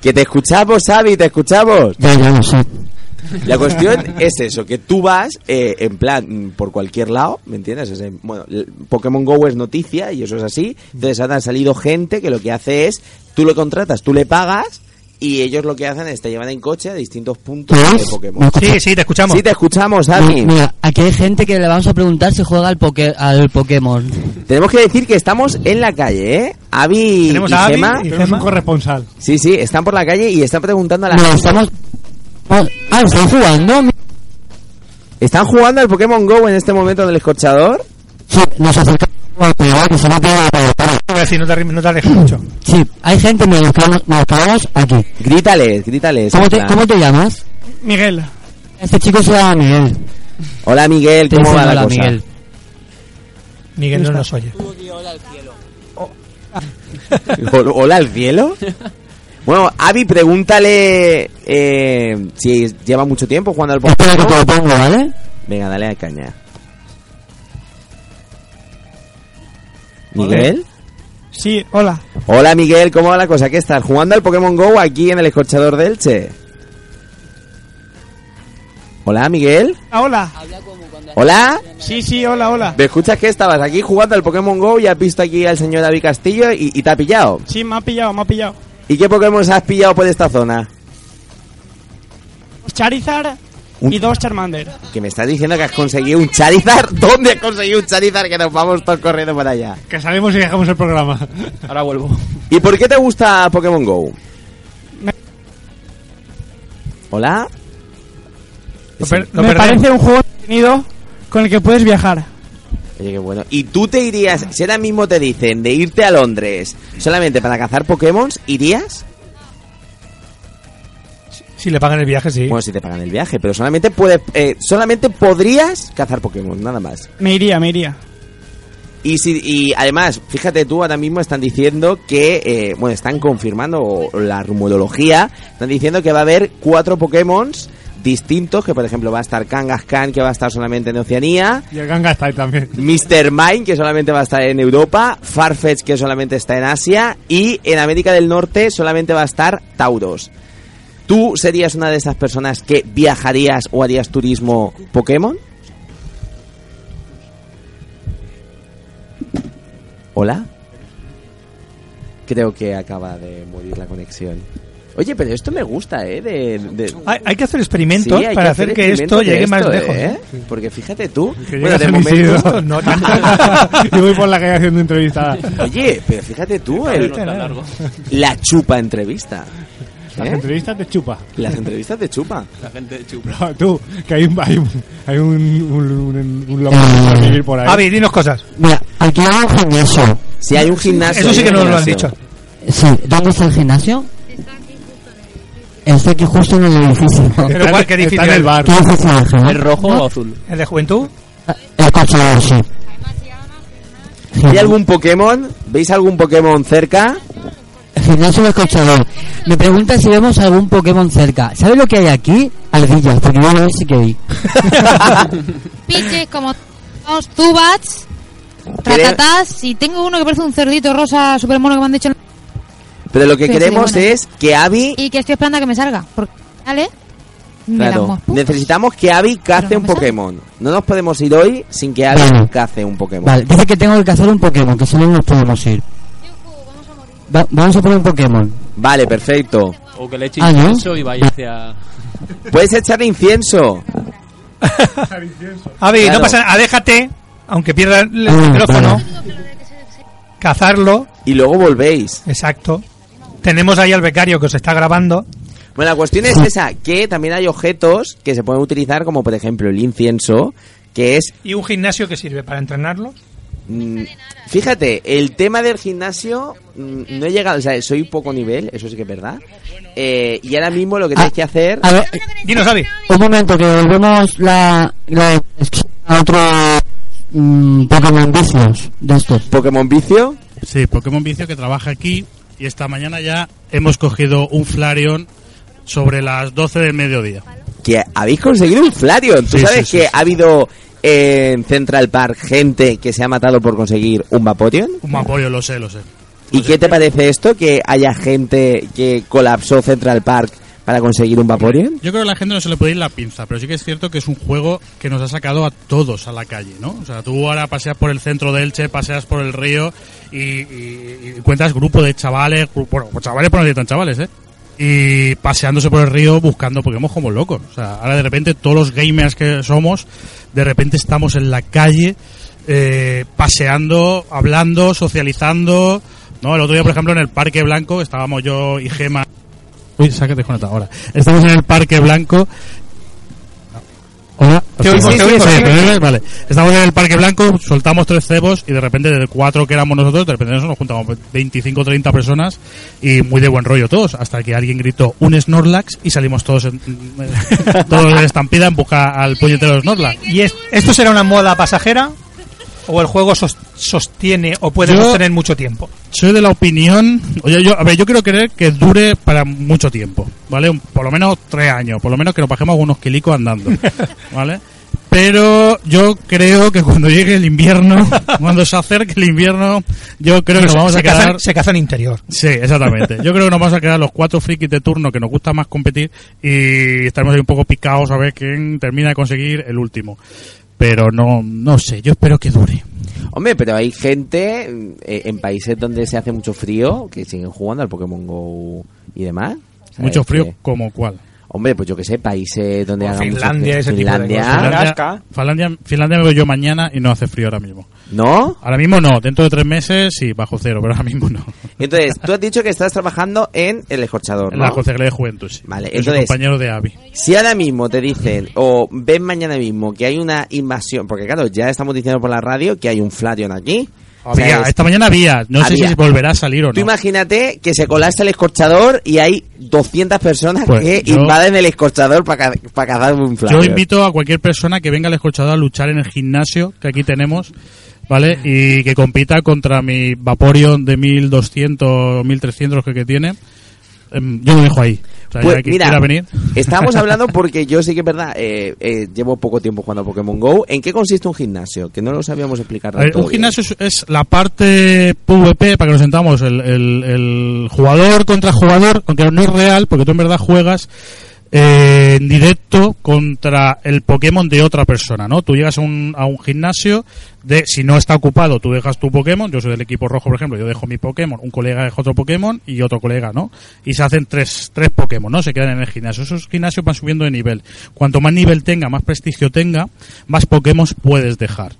Que te escuchamos, Xavi, te escuchamos. Ya, ya lo sé. La cuestión es eso, que tú vas eh, en plan mm, por cualquier lado, ¿me entiendes? Es en- bueno, l- Pokémon Go es noticia y eso es así. Entonces ahora han salido gente que lo que hace es, tú lo contratas, tú le pagas y ellos lo que hacen es te llevan en coche a distintos puntos ¿Qué de es? Pokémon. Sí, sí, te escuchamos. Sí, te escuchamos, Xavi. Mi- Mira, aquí hay gente que le vamos a preguntar si juega al, poke- al Pokémon. Tenemos que decir que estamos en la calle, ¿eh? Avi Tenemos y a Avi Gema. y Tenemos Gema. un corresponsal. Sí, sí, están por la calle y están preguntando a la No, gente. estamos. Ah, ah, están jugando. ¿Están jugando al Pokémon GO en este momento en el escorchador? Sí, nos acercamos al Pokémon, que se me ha pegado la palabra. A ver si no te, arri- no te alejes mucho. Sí, hay gente, nos quedamos, nos quedamos aquí. Grítales, grítales. ¿Cómo en te, plan. ¿Cómo te llamas? Miguel. Este chico se llama Miguel. Hola Miguel, Te ¿cómo dicen va la hola, cosa? Miguel. Miguel no nos oye. Hol- ¿Hola al cielo? Bueno, Avi, pregúntale eh, si lleva mucho tiempo jugando al Espera que te lo Pokémon. pongo, ¿vale? Venga, dale a caña. ¿Miguel? Sí, hola. Hola Miguel, ¿cómo va la cosa? ¿Qué estás? ¿Jugando al Pokémon GO aquí en el escorchador del Che? Hola Miguel. Ah, Hola. Hola. Sí, sí, hola, hola. ¿Me escuchas que estabas aquí jugando al Pokémon GO y has visto aquí al señor David Castillo y, y te ha pillado? Sí, me ha pillado, me ha pillado. ¿Y qué Pokémon has pillado por esta zona? Charizard Un- Y dos Charmander. Que me estás diciendo que has conseguido un Charizard. ¿Dónde has conseguido un Charizard? Que nos vamos todos corriendo para allá. Que salimos y dejamos el programa. Ahora vuelvo. ¿Y por qué te gusta Pokémon Go? Hola. Me parece un juego entretenido con el que puedes viajar. Oye, qué bueno. ¿Y tú te irías, si ahora mismo te dicen de irte a Londres solamente para cazar Pokémon, irías? Si le pagan el viaje, sí. Bueno, si te pagan el viaje, pero solamente puedes, eh, solamente podrías cazar Pokémon, nada más. Me iría, me iría. Y, si, y además, fíjate tú, ahora mismo están diciendo que, eh, bueno, están confirmando o- o la rumorología, están diciendo que va a haber cuatro Pokémon distintos, que por ejemplo va a estar Kangaskhan, que va a estar solamente en Oceanía, Y el ganga está ahí también. Mr. Mime, que solamente va a estar en Europa, Farfetch, que solamente está en Asia, y en América del Norte solamente va a estar Tauros. ¿Tú serías una de esas personas que viajarías o harías turismo Pokémon? ¿Hola? Creo que acaba de morir la conexión. Oye, pero esto me gusta, ¿eh? De, de- Hay, hay que hacer experimentos Sí, hay para hacer, que experimentos esto de llegue más esto, lejos. ¿eh? Porque fíjate tú, Que bueno, llegas de a San momento- Isidro. No y voy por la calle haciendo entrevistada. ¿Eh? Oye, pero fíjate tú, el- la chupa entrevista. Las ¿Eh? entrevistas te chupa. Las entrevistas de chupa. La gente de Chupa. No, tú, que hay un, hay un, hay un, un, un, un loco que Ah. va a vivir por ahí. Avi, dinos cosas. Mira, aquí hay un gimnasio. Si hay un gimnasio. Eso sí que no lo han dicho. Sí, ¿dónde está el gimnasio? Está aquí justo en el edificio. Pero cuál, ¿qué edificio es? ¿Qué edificio es, eh? o azul? ¿El de juventud? El coche, sí. ¿Hay algún Pokémon? ¿Veis algún Pokémon cerca? El gimnasio del cochador. Me pregunta si vemos algún Pokémon cerca. ¿Sabes lo que hay aquí? Ardillas, porque yo no sé qué hay. Piches como dos tubats, ratatás, y tengo uno que parece un cerdito rosa super mono que me han dicho. Pero lo que Pero queremos tiene buena. es que Abby. Y que estoy esperando a que me salga. Porque, ¿vale? Me la Claro, mospo. necesitamos que Abby cace un Pokémon. No nos podemos ir hoy sin que Abby Vale. cace un Pokémon. Vale, dice que tengo que cazar un Pokémon, que solo nos podemos ir. Va- vamos a poner un Pokémon. Vale, perfecto. O que le eche Ah, ¿no? incienso y vaya hacia... Puedes echar incienso. Avi, Claro. no pasa nada. Déjate, aunque pierda el Ah, micrófono, cazarlo. Y luego volvéis. Exacto. Tenemos ahí al becario que os está grabando. Bueno, la cuestión es esa, que también hay objetos que se pueden utilizar, como por ejemplo el incienso, que es ¿Y un gimnasio que sirve para entrenarlos? Mm, Fíjate, el tema del gimnasio mm, no he llegado, o sea, soy poco nivel, eso sí que es verdad. Eh, y ahora mismo lo que tenéis que hacer. Ah, A ver, Dinos, Avi. un momento, que volvemos la, la a otro mm, Pokémon vicios de estos. Pokémon Vicio. Sí, Pokémon Vicio que trabaja aquí y esta mañana ya hemos cogido un Flareon sobre las 12 del mediodía. Que habéis conseguido un Flareon. Tú Sí, sabes sí, sí, que sí. ha habido en Central Park gente que se ha matado por conseguir un Vaporeon. Un Vaporeon, lo sé, lo sé. ¿Y qué te parece esto? Que haya gente que colapsó Central Park para conseguir un Vaporeon. Yo creo que a la gente no se le puede ir la pinza, pero sí que es cierto que es un juego que nos ha sacado a todos a la calle, ¿no? O sea, tú ahora paseas por el centro de Elche, paseas por el río y, y- y cuentas grupo de chavales, gru- bueno, pues chavales por no decir tan chavales, ¿eh? Y paseándose por el río buscando Pokémon como locos. O sea, ahora de repente todos los gamers que somos, de repente estamos en la calle eh, paseando, hablando, socializando. No, el otro día, por ejemplo, en el Parque Blanco estábamos yo y Gema. Uy, sácate desconectado ahora. Estamos en el Parque Blanco. Hola. Te oímos, Sí, te sí, oímos, sí, te oímos. vale, vale. Estamos en el Parque Blanco, soltamos tres cebos y de repente de cuatro que éramos nosotros, de repente nos juntamos 25 o 30 personas y muy de buen rollo todos, hasta que alguien gritó un Snorlax y salimos todos en, todos en estampida en busca al puñetero Snorlax. ¿Y es- esto será una moda pasajera? ¿O el juego sos- sostiene o puede Yo- sostener mucho tiempo? Soy de la opinión. Oye, yo, a ver, yo quiero creer que dure para mucho tiempo, ¿vale? Un- Por lo menos tres años, por lo menos que nos bajemos unos kilicos andando, ¿vale? Pero yo creo que cuando llegue el invierno, cuando se acerque el invierno, yo creo que nos se, vamos a se cazan- quedar. se cazan interior. Sí, exactamente. Yo creo que nos vamos a quedar los cuatro frikis de turno que nos gusta más competir y estaremos ahí un poco picados a ver quién termina de conseguir el último. Pero no, no sé, yo espero que dure. Hombre, pero hay gente mm, eh, en países donde se hace mucho frío que siguen jugando al Pokémon Go y demás. ¿Sabes Mucho frío, que- como cual. Hombre, pues yo que sé, países donde hagan mucho Finlandia, frío. ese Finlandia. tipo de cosas. Finlandia, Finlandia me voy yo mañana y no hace frío ahora mismo. ¿No? Ahora mismo no, dentro de tres meses sí, bajo cero, pero ahora mismo no. Entonces, tú has dicho que estás trabajando en el escorchador, En ¿no? la Consejería de Juventud, sí. Vale, Yo soy entonces- compañero de AVI. Si ahora mismo te dicen, o ven mañana mismo, que hay una invasión, porque claro, ya estamos diciendo por la radio que hay un Flareon aquí. O sea, Había, es- esta mañana había, no sé había. si volverá a salir o Tú no. imagínate que se colase el escorchador y hay 200 personas Pues que yo- invaden el escorchador para cazar un Flareon. Yo invito a cualquier persona que venga al escorchador a luchar en el gimnasio que aquí tenemos, ¿vale? Y que compita contra mi Vaporeon de 1200 o 1300 los que, que tiene. Em, Yo lo dejo ahí. O sea, Pues, ya que mira, quiera venir. estábamos hablando porque yo sí que es verdad, eh, eh, llevo poco tiempo jugando a Pokémon GO. ¿En qué consiste un gimnasio? Que no lo sabíamos explicar. A ver, tanto un gimnasio es, es la parte PvP, para que nos sentamos, el, el- el jugador contra jugador, aunque no es real, porque tú en verdad juegas eh, en directo contra el Pokémon de otra persona, ¿no? Tú llegas a un, a un gimnasio, de si no está ocupado, tú dejas tu Pokémon, yo soy del equipo rojo, por ejemplo, yo dejo mi Pokémon, un colega deja otro Pokémon y otro colega, ¿no? Y se hacen tres, tres Pokémon, ¿no? Se quedan en el gimnasio. Esos gimnasios van subiendo de nivel. Cuanto más nivel tenga, más prestigio tenga, más Pokémon puedes dejar.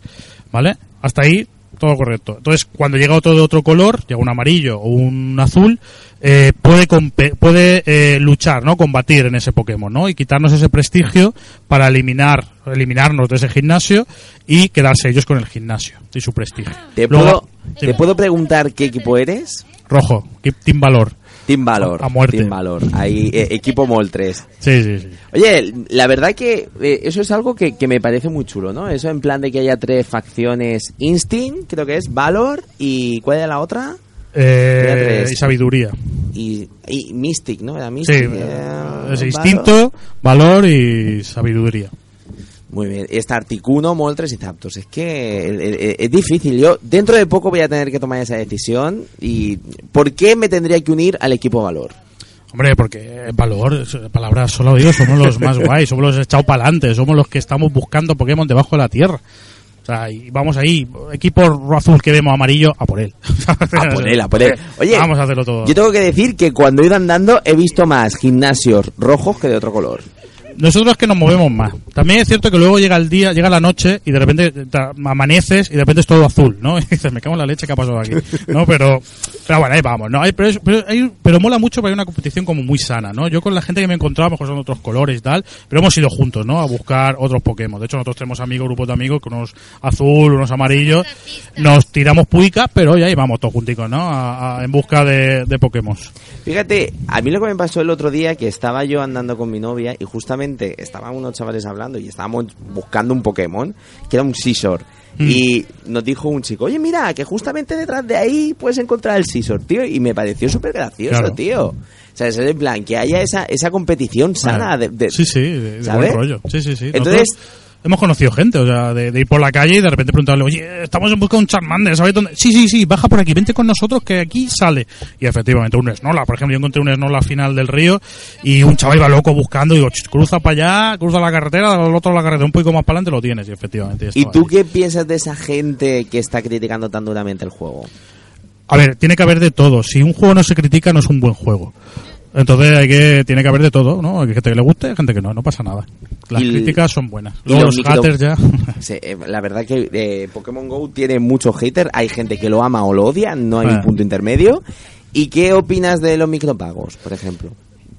¿Vale? Hasta ahí todo correcto. Entonces, cuando llega otro de otro color, llega un amarillo o un azul, eh, puede compe- puede eh, luchar, ¿no? Combatir en ese Pokémon, ¿no? Y quitarnos ese prestigio para eliminar eliminarnos de ese gimnasio y quedarse ellos con el gimnasio y su prestigio. ¿Te, Luego- puedo, ¿Te puedo preguntar qué equipo eres? Rojo, Keep Team Valor. Team Valor. A muerte. Team Valor. Ahí, eh, equipo Mol 3. Sí, sí, sí. Oye, la verdad que eh, eso es algo que, que me parece muy chulo, ¿no? Eso en plan de que haya tres facciones. Instinct, creo que es, Valor y ¿cuál era la otra? Eh, Había tres. y sabiduría. Y, y Mystic, ¿no? Era Sí, Mystic. eh, es Valor. instinto, valor y sabiduría. Muy bien. Está Articuno, Moltres y Zapdos. Es que el- el- el- es difícil. Yo dentro de poco voy a tener que tomar esa decisión. ¿Y por qué me tendría que unir al equipo Valor? Hombre, porque eh, valor, es- palabra solo digo, somos los más guays, somos los echados para adelante, somos los que estamos buscando Pokémon debajo de la tierra. O sea, y vamos ahí, equipo azul que vemos amarillo, a por él. A por él, a por él. Oye, vamos a hacerlo todo. Yo tengo que decir que cuando he ido andando he visto más gimnasios rojos que de otro color. Nosotros que nos movemos más. También es cierto que luego llega el día, llega la noche y de repente te amaneces y de repente es todo azul, ¿no? Y dices, me cago en la leche que ha pasado aquí. No, pero, pero bueno, ahí vamos, ¿no? Hay- pero, es- pero, hay- pero mola mucho porque hay una competición como muy sana, ¿no? Yo con la gente que me he encontrado, a lo mejor son otros colores y tal, pero hemos ido juntos, ¿no? A buscar otros Pokémon. De hecho, nosotros tenemos amigos, grupos de amigos, con unos azul, unos amarillos. Nos tiramos puicas, pero ya ahí vamos todos junticos, ¿no? A- a- en busca de, de Pokémon. Fíjate, a mí lo que me pasó el otro día que estaba yo andando con mi novia y justamente estaban unos chavales hablando y estábamos buscando un Pokémon que era un Scizor. Mm. Y nos dijo un chico, oye mira, que justamente detrás de ahí puedes encontrar el Scizor, tío. Y me pareció súper gracioso, Claro. tío. O sea, es en plan, que haya esa, esa competición sana. de, de- Sí, sí, de, de ¿sabes? buen rollo. Sí, sí, sí. Nosotros Entonces- hemos conocido gente, o sea, de, de ir por la calle y de repente preguntarle, oye, estamos en busca de un Charmander, ¿sabes dónde? Sí, sí, sí, baja por aquí, vente con nosotros que aquí sale. Y efectivamente, un Snorla, por ejemplo, yo encontré un Snorla al final del río y un chaval iba loco buscando, digo, "Ch, cruza para allá, cruza la carretera, al otro lado de la carretera, un poco más para adelante lo tienes, y efectivamente. ¿Y estaba tú qué piensas de esa gente que está criticando tan duramente el juego? A ver, tiene que haber de todo. Si un juego no se critica, no es un buen juego. Entonces hay que, tiene que haber de todo, ¿no? Hay gente que le guste, hay gente que no, no pasa nada. Las Y- críticas son buenas. y Luego los los, micro- haters ya. Sí, eh, la verdad que eh, Pokémon Go tiene muchos haters. Hay gente que lo ama o lo odia, no hay Ah. un punto intermedio. ¿Y qué opinas de los micropagos, por ejemplo?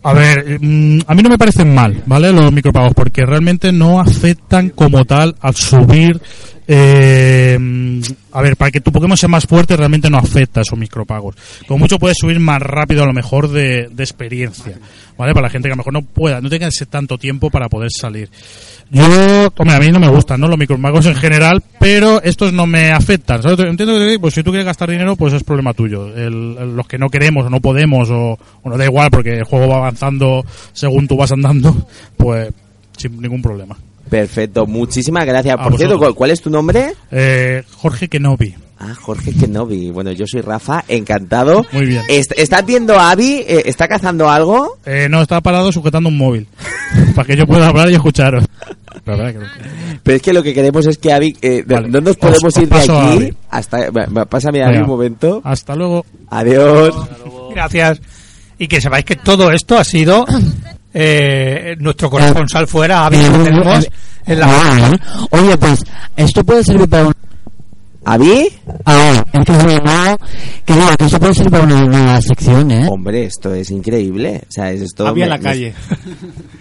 A ver, eh, mm, a mí no me parecen mal, ¿vale? Los micropagos, porque realmente no afectan como tal al subir. eh, mm, a ver, para que tu Pokémon sea más fuerte, realmente no afecta esos micropagos. Como mucho puedes subir más rápido, a lo mejor, de, de experiencia, ¿vale? Para la gente que a lo mejor no pueda, no tenga ese tanto tiempo para poder salir. Yo, hombre, a mí no me gustan, ¿no? Los micromagos en general, pero estos no me afectan. ¿sabes? Entiendo que pues, si tú quieres gastar dinero, pues es problema tuyo. El- el- los que no queremos o no podemos o, o nos da igual porque el juego va avanzando según tú vas andando, pues sin ningún problema. Perfecto, muchísimas gracias. A Por cierto, vosotros. ¿cu- ¿cuál es tu nombre? Eh, Jorge Kenobi. Ah, Jorge Kenobi. Bueno, yo soy Rafa, encantado. Muy bien. Est- ¿Estás viendo a Abby? Eh, ¿Está cazando algo? Eh, no, estaba parado sujetando un móvil para que yo pueda hablar y escucharos. La verdad que- Pero es que lo que queremos es que Abby... eh, no- No nos podemos Os- os ir de paso a aquí Abby. hasta... va- va- Pásame a Abby Venga. un momento. Hasta luego. Adiós. Gracias. Y que sepáis que todo esto ha sido eh, nuestro corresponsal fuera, Avi, que tenemos en Ah, la... ¿eh? Oye, pues, esto puede servir para un... ¿A mí? Ah, es que es un llamado que digo que esto puede servir para una nueva sección, ¿eh? Hombre, esto es increíble. O sea, es esto. Había me- la me- calle.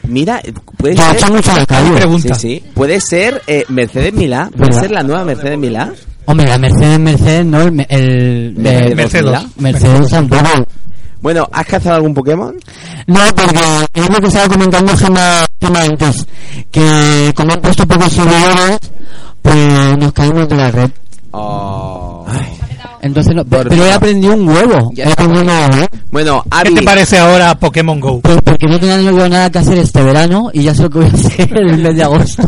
Mira, puede Ya, ser. echa mucho a la calle. Pregunta. Sí, sí. Puede ser eh, Mercedes Milá. Puede ¿Verdad? ser la nueva Mercedes Milá. Hombre, la Mercedes, Mercedes, no, el... el Mercedes el- Mercedes. Mercedes tampoco. Bueno, ¿has cazado algún Pokémon? No, porque es lo que estaba comentando Gemma, Gemma antes, que como han puesto pocos servidores, pues nos caímos de la red. Ay, Entonces, no, pero he aprendido un huevo. He aprendido un huevo, ¿eh? Bueno, ¿Qué te parece ahora Pokémon Go? Pues porque no tenía yo nada que hacer este verano y ya sé lo que voy a hacer en el mes de agosto.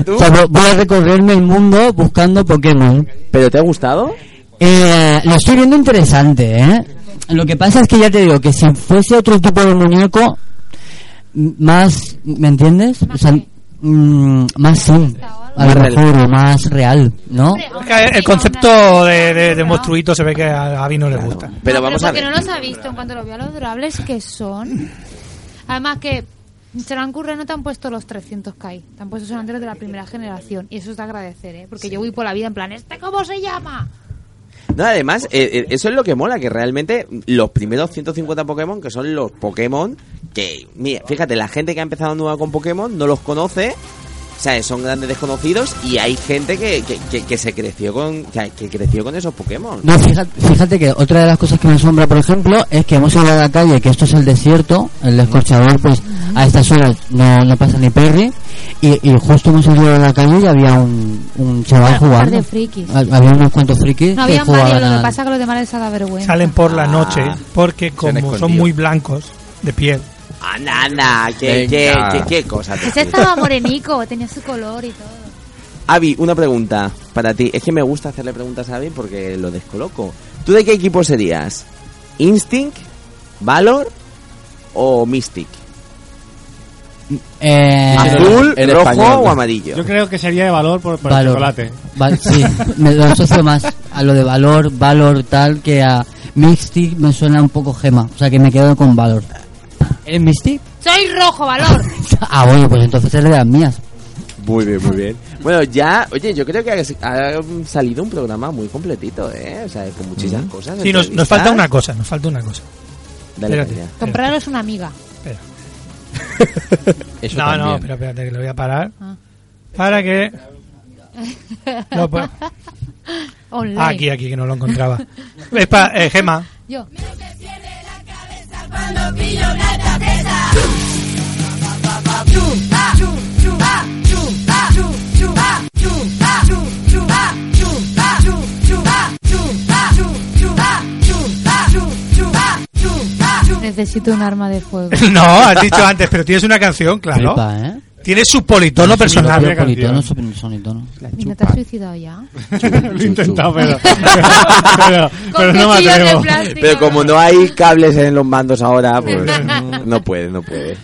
tú. O sea, vo- voy a recorrerme el mundo buscando Pokémon. ¿Pero te ha gustado? Eh, lo estoy viendo interesante, ¿eh? Lo que pasa es que ya te digo que si fuese otro tipo de muñeco, m- más, ¿me entiendes? O sea, mm, más sí, a lo Más real. mejor, más real, ¿no? El concepto de, de, de monstruito se ve que a Avi no le gusta. Pero porque no los ha visto en cuanto lo veo a los durables que son. Además que se lo han currado, no te han puesto los 300k, te han puesto solamente los de la primera generación. Y eso es de agradecer, ¿eh? Porque yo voy por la vida en plan, ¿este cómo se llama? No, además, eh, eh, eso es lo que mola, que realmente los primeros 150 Pokémon, que son los Pokémon, que, mira, fíjate, la gente que ha empezado nueva con Pokémon no los conoce, o sea, son grandes desconocidos y hay gente que, que, que- que se creció con que, que creció con esos Pokémon. No, fíjate, fíjate que otra de las cosas que me asombra, por ejemplo, es que hemos ido a la calle, que esto es el desierto, el escorchador, pues a estas horas no, no pasa ni perry, y, y justo hemos salido a la calle y había un, un chaval Un par jugando. de frikis. Ha- Había unos cuantos frikis No que habían jugaban varios, lo al- que pasa es que los demás les ha dado vergüenza. Salen por la noche porque Ah. han como son escondido. muy blancos de piel. Anda, anda, qué, qué, Venga. qué, qué cosa. te Ese explico. estaba morenico, tenía su color y todo. Avi, una pregunta para ti. Es que me gusta hacerle preguntas a Avi porque lo descoloco. ¿Tú de qué equipo serías? ¿Instinct? ¿Valor? ¿O Mystic? Eh, ¿Azul, rojo o amarillo? Yo creo que sería de valor por, por el Valor. chocolate. Val- sí, me lo asocio más a lo de valor, valor tal que a Mystic me suena un poco gema, o sea que me quedo con valor. ¿Eres Mystic? Soy rojo, valor. Ah, bueno, pues entonces eres de las mías. Muy bien, muy bien. Bueno, ya, oye, yo creo que ha, ha salido un programa muy completito, ¿eh? O sea, con muchísimas cosas. Sí, nos, nos entrevistas. falta una cosa, nos falta una cosa. Dale, Espérate. María. Compraros una amiga. no, no, pero espérate, que lo voy a parar. Ah. Para que... No, pues- Online. Ah, aquí, aquí, que no lo encontraba. Es para eh, Gema. Yo. Necesito un arma de fuego. No, has dicho antes, pero tienes una canción, claro. Flipa, ¿eh? Tienes su politono personal. Pero politono, super- sonitono. ¿Y no te has suicidado ya? Lo he intentado, pero, pero, pero no me cuchillos de atrevo. plástico. Pero como no hay cables en los mandos ahora, pues no puede, no puede.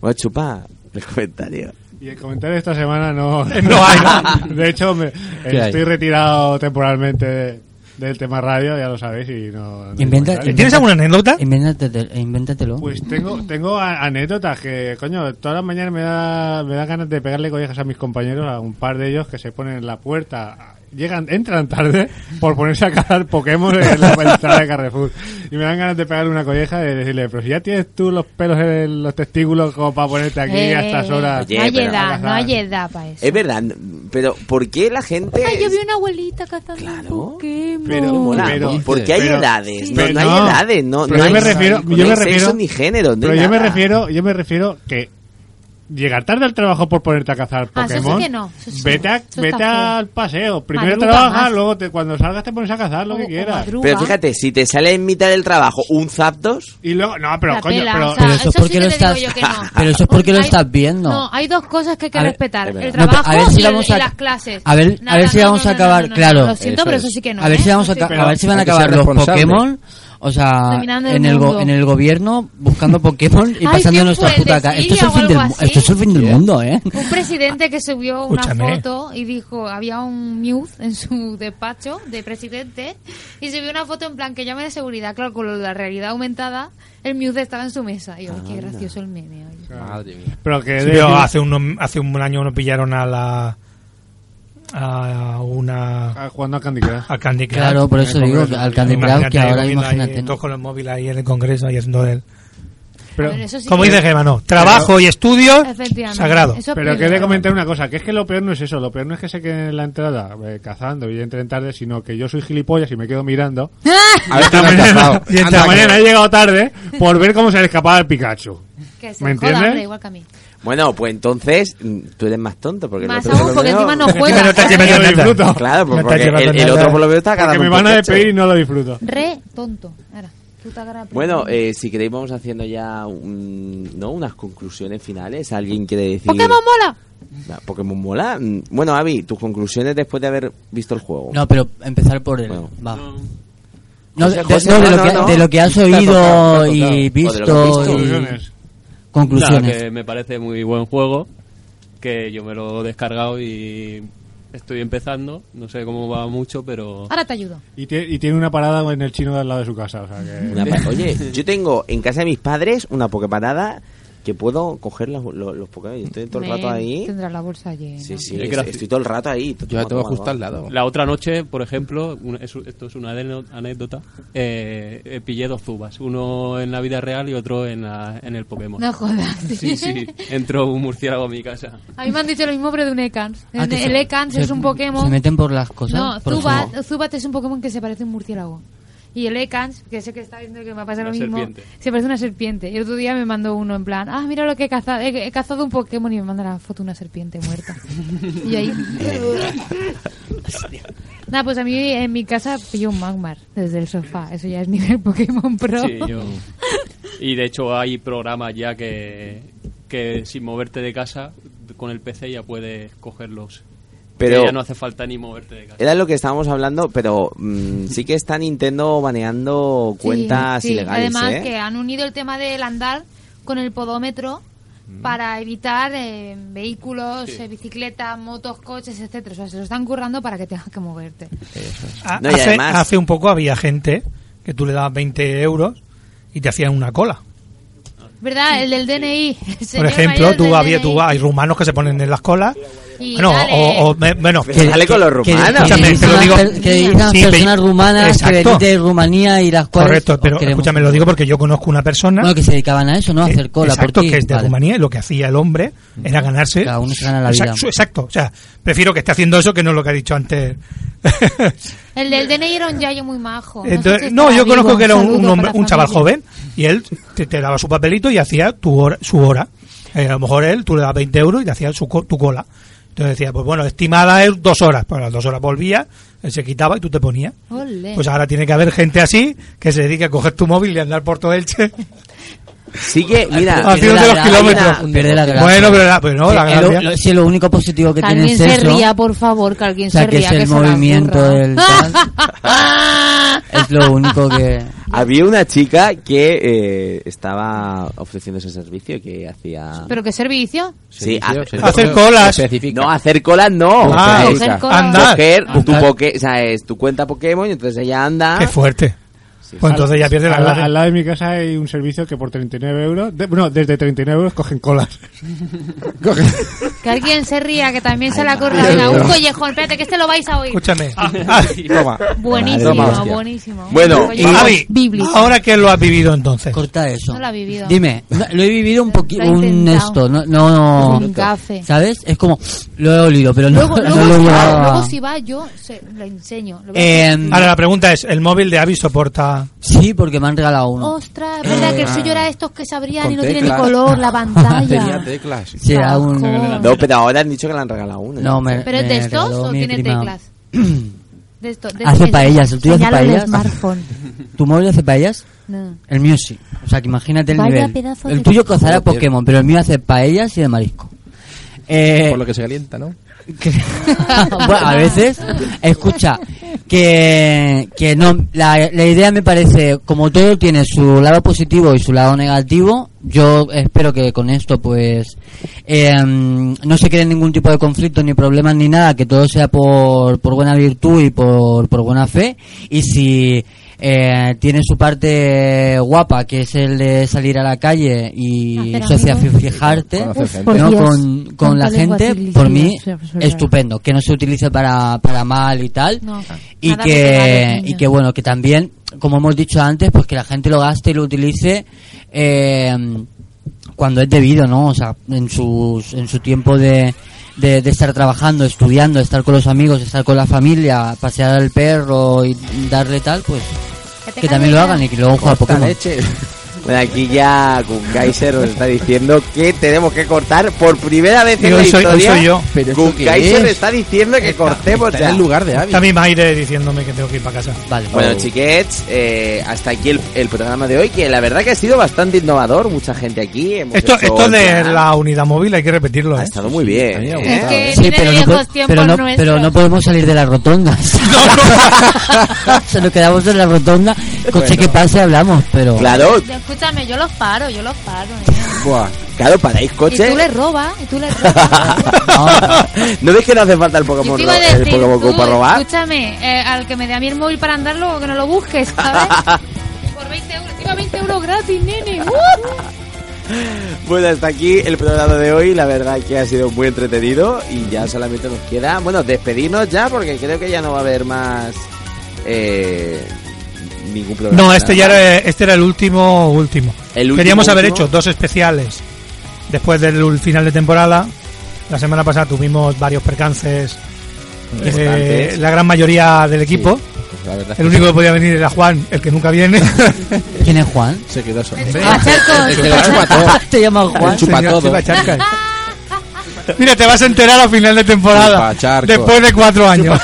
Bueno, chupa el comentario. Y el comentario de esta semana no, No hay, hay. De hecho, me- ¿Qué hay? estoy retirado temporalmente de- del tema radio, ya lo sabéis, y no... no hay Inventa- comentario. inventa- anécdota? Invéntatelo. invéntatelo. Pues tengo, tengo a- anécdotas que, coño, todas las mañanas me da, me da ganas de pegarle collejas a mis compañeros, a un par de ellos que se ponen en la puerta, llegan, entran tarde por ponerse a cazar Pokémon en la entrada de Carrefour. Y me dan ganas de pegarle una colleja y decirle, pero si ya tienes tú los pelos en los testículos como para ponerte aquí Eh, a estas horas. No hay edad, no hay edad para eso. Es verdad, pero ¿por qué la gente...? Ay, yo vi una abuelita cazando un Pokémon. Pero, mola, pero- porque hay pero- edades, no, pero no hay no. edades, no, Pero no yo hay me refiero- no yo hay me sexo refiero- ni género, no Pero hay yo me nada. refiero, yo me refiero que llegar tarde al trabajo por ponerte a cazar Ah, eso sí Pokémon. que no, eso sí. Vete, a- Eso está vete feo. al paseo. Primero Madruga trabajas, más. luego te- cuando salgas te pones a cazar lo que quieras. Pero fíjate, si te sale en mitad del trabajo un Zapdos... Y luego, no, pero La coño, pela, pero... o sea, Pero eso es eso sí porque que lo te digo estás. yo que no. Pero eso es porque lo Hay- estás viendo. No, hay dos cosas que hay que A ver, respetar: es el verdad. No, trabajo pero a ver si y, el- vamos y a- las clases. A ver, Nada, a ver si no, vamos no, a no, no, acabar, no, no, claro. Lo siento, pero eso sí que no. A ver ¿eh? si vamos a, Eso sí ca- que a no. ver si van a Hay que ser acabar los responsable. Pokémon, o sea, Dominando el en el, go- mundo. en el gobierno buscando Pokémon y Ay, pasando ¿quién nuestra fue? ¿El puta de ca- Esto es Siria el o fin del algo mu- así? esto es el fin del mundo, ¿eh? Un presidente que subió una Escúchame. foto y dijo, había un news en su despacho de presidente y subió una foto en plan que llame de seguridad, claro, con lo de la realidad aumentada, el news estaba en su mesa. Y yo, ay, qué gracioso el meme. oye. Madre mía. Pero que Sí, de- pero hace, un, hace un año nos pillaron a la. A una. A jugando a Candy Crush. A Candy Crush. Claro, por eso En el digo, Congreso. al Candy Crush, que ahora ahí moviendo imagínate, ahí, ¿no? Todos con el móvil ahí en el Congreso, ahí haciendo el. Pero- ver, eso sí como que- dice Gemma, no. Trabajo Pero- y estudio Efectivamente, sagrado. eso es Pero prioridad. quería comentar una cosa, que es que lo peor no es eso, lo peor no es que se quede en la entrada eh, cazando y entren tarde, sino que yo soy gilipollas y me quedo mirando. A ver, te lo han cazado. y esta Anda, mañana que- he llegado tarde por ver cómo se le escapaba el Pikachu. Que se ¿Me joda, entiendes? hombre, igual que a mí. Bueno, pues entonces mm, tú eres más tonto. Porque Más el otro aún, porque por lo encima no menos- juega. Encima no te has llevado Yo lo nada. disfruto. Claro, No te has porque llevado el, el nada. otro por lo menos está Porque cagando me un van a poquete. despedir y no lo disfruto. Re tonto. Ahora, puta cara. Bueno, eh, si queréis vamos haciendo ya un- ¿no? unas conclusiones finales. ¿Alguien quiere decir...? ¡Pokémon mola! Ah, Pokémon mola. Mm, Bueno, Avi, tus conclusiones después de haber visto el juego. No, pero empezar por el. Va. No, José, de, José, no, de no, lo que, no, no. de lo que has Te ha oído tocado, te ha tocado. y O de visto. lo que has visto. y- Conclusiones. Conclusiones. Nada, que me parece muy buen juego, que yo me lo he descargado y estoy empezando. No sé cómo va mucho, pero... Ahora te ayudo. Y, tie- y tiene una parada en el chino de al lado de su casa. O sea que... Una pa- Oye, yo tengo en casa de mis padres una Poképarada que puedo coger los, los, los Pokémon. Yo estoy todo el rato Men, ahí. Tendrás la bolsa llena. Sí, sí, Qué es- gracia. estoy todo el rato ahí. Yo la tengo justo al lado. La otra noche, por ejemplo, una- es- esto es una adeno- anécdota, eh, eh, pillé dos zubas, uno en la vida real y otro en, la- en el Pokémon. No jodas. Sí, sí, entró un murciélago a mi casa. A mí me han dicho lo mismo, pero de un Ekans. Ah, En- que se- el Ekans se- es un Pokémon. se meten por las cosas, No, por Zubat, eso. Zubat es un Pokémon que se parece a un murciélago. Y el Ekans, que sé que está viendo que me pasa lo Una mismo, serpiente. se parece a una serpiente. Y el otro día me mandó uno en plan, ah, mira lo que he cazado, he, he cazado un Pokémon y me manda la foto de una serpiente muerta. y ahí. Nada, pues a mí en mi casa pilló un Magmar desde el sofá. Eso ya es nivel Pokémon Pro. Sí, yo- Y de hecho hay programas ya que, que sin moverte de casa, con el PC ya puedes cogerlos. Pero- Que ya no hace falta ni moverte de casa. Era lo que estábamos hablando, pero mm, sí que está Nintendo baneando cuentas Sí, sí. ilegales, Además, ¿eh? que han unido el tema del andar con el podómetro para evitar eh, vehículos, eh, bicicletas, motos, coches, etcétera. O sea, se lo están currando para que tengas que moverte. A- No, y hace, además- hace un poco había gente que tú le dabas 20 euros y te hacían una cola. ¿Verdad? El del DNI. el Por señor ejemplo, mayor tú, del había, DNI. tú hay rumanos que se ponen en las colas. Y Bueno, dale. o, o me- bueno, Que dale con los que- rumanos. escúchame, te lo digo. per- que digan Sí, personas pe- rumanas que Exacto. venían de Rumanía y las cuales Correcto, os pero queremos. escúchame, lo digo porque yo conozco una persona. Bueno, que se dedicaban a eso, ¿no? A que- hacer cola exacto, por ti. que es de Vale. Rumanía y lo que hacía el hombre era ganarse. Cada uno se gana la Exact- vida. su- Exacto, o sea, prefiero que esté haciendo eso que no lo que ha dicho antes. El del DNI era un yayo muy majo. sé Entonces, si no, estará yo conozco vivo. que era un, saludo un hombre, para un chaval familia. joven y él te, te daba su papelito y hacía tu hora, su hora. Eh, a lo mejor él, tú le dabas 20 euros y le hacía su, co- tu cola. Entonces decía, pues bueno, estimada es dos horas. Pues a las dos horas volvía, él se quitaba y tú te ponías. Ole. Pues ahora tiene que haber gente así que se dedique a coger tu móvil y andar por todo Elche. Sí que, mira, Haciéndote los kilómetros. Pierde la gracia. Bueno, pero la, pero no, la Sí, es lo- gracia. lo- sí, lo único positivo que Que tiene alguien es se eso. ría, por favor, que alguien O sea, se que ría. es el se la Eh, movimiento zurra. del tal. es lo único que... había una chica que eh, estaba ofreciendo ese servicio que Ah. hacía... ¿Pero qué servicio? Sí, hace- servicio. Hacer colas. Especifica. No, hacer colas no. Ah, O sea, Hacer es colas. andar. Coger tu, Andar. poke- o sea, es tu cuenta Pokémon y entonces ella anda... Qué fuerte. Pues entonces ya pierde la al, gracia. al lado de mi casa hay un servicio que por 39 euros, de- bueno, desde 39 euros cogen colas. Cogen- Que alguien se ría, que también se la corra. Venga, un collejón. Espérate, que este lo vais a oír. Escúchame. Ah, Ah, toma. Buenísimo, Toma, hostia. buenísimo. Bueno, Oye, y Javi, bíblico. ahora que lo has vivido entonces. Corta eso. No lo ha vivido. Dime, no, lo he vivido un poquito, Lo ha un intentado. esto, no, no, Un gafe. ¿sabes? Es como, lo he olido, pero no, Luego, no luego, lo si va, llevaba. luego si va, yo se, lo enseño. Lo voy a Eh, hacer. Ahora la pregunta es, ¿el móvil de Avi soporta...? Sí, porque me han regalado Oh, uno. Ostras, es verdad que el Ah. suyo era estos que se abrían Con y no tiene ni teclas. color, la ah, pantalla. teclas. Sí, era un... No, pero ahora han dicho que le han regalado uno. No, me- ¿Pero es me de estos regaló o mi tiene prima. teclas? De esto, de Hace de- paellas, el tuyo hace Señalo paellas. smartphone. ¿Tu móvil hace paellas? No. El mío sí. O sea, que imagínate el Vaya nivel. pedazo El de- tuyo cozará Joder. Pokémon, pero el mío hace paellas y de marisco. Eh, Por lo que se calienta, ¿no? bueno, a veces, escucha, que, que no, la, la idea me parece, como todo tiene su lado positivo y su lado negativo, yo espero que con esto pues eh, no se creen ningún tipo de conflicto ni problemas ni nada, que todo sea por, por buena virtud y por, por buena fe, y si eh, tiene su parte guapa, que es el de salir a la calle y Hacer amigos. sociafijarte Uf, por ¿no? Dios, con, con tanta la lengua gente, tilística, por mí, o sea, pues, verdad. estupendo. Que no se utilice para, para mal y tal. No, y, nada que vale, que, niños. y que, bueno, que también, como hemos dicho antes, pues que la gente lo gaste y lo utilice. Eh, cuando es debido, ¿no? O sea, en, sus, en su tiempo de, de, de estar trabajando, estudiando, estar con los amigos, estar con la familia, pasear al perro y darle tal, pues que también lo hagan y que luego juega a Corta Pokémon. leche. Bueno, aquí ya Kaiser nos está diciendo que tenemos que cortar por primera vez en Y la hoy soy- hoy historia. soy yo. Pero ¿esto qué Kaiser es? está diciendo que cortemos está ya. en el lugar de Abby. También va a ir diciéndome que tengo que ir para casa. Vale. Bueno, chiquets, eh, hasta aquí el, el programa de hoy, que la verdad que ha sido bastante innovador, mucha gente aquí. hemos Esto, hecho esto de plan. la unidad móvil hay que repetirlo. Ah, ¿eh? Ha estado muy bien. Es que Sí, viene pero no, viejos po- tiempos pero, no, pero nuestros. no podemos salir de las rotondas. Se nos quedamos en la rotonda, coche Bueno. que pase hablamos, pero... Claro, Yo, Escúchame, yo los paro, yo los paro. ¿eh? buah, claro, paráis Y coche. tú le robas, y tú le robas. ¿No veis que no hace falta el Yo Pokémon, te iba a ro- el decir, Pokémon Go tú, para robar? Escúchame, eh, al que me dé a mí el móvil para andarlo, que no lo busques, ¿sabes? Por 20 euros, tío, 20 euros gratis, nene. ¡Uh! Bueno, hasta aquí el programa de hoy. La verdad que ha sido muy entretenido y ya solamente nos queda, bueno, despedirnos ya porque creo que ya no va a haber más eh, ningún programa. No, este ya era, este era el último, último. El último, Queríamos haber último. hecho dos especiales después del ul- final de temporada. La semana pasada tuvimos varios percances. Bastantes. eh, la gran mayoría del equipo. la verdad. el único que podía venir era Juan, el que nunca viene. ¿Quién es Juan? Se quedó solo. El que la chupa todo. Te llama Juan. El chupa todo. chupacharcas. Mira, te vas a enterar a final de temporada. Chupacharcos. Después de cuatro años.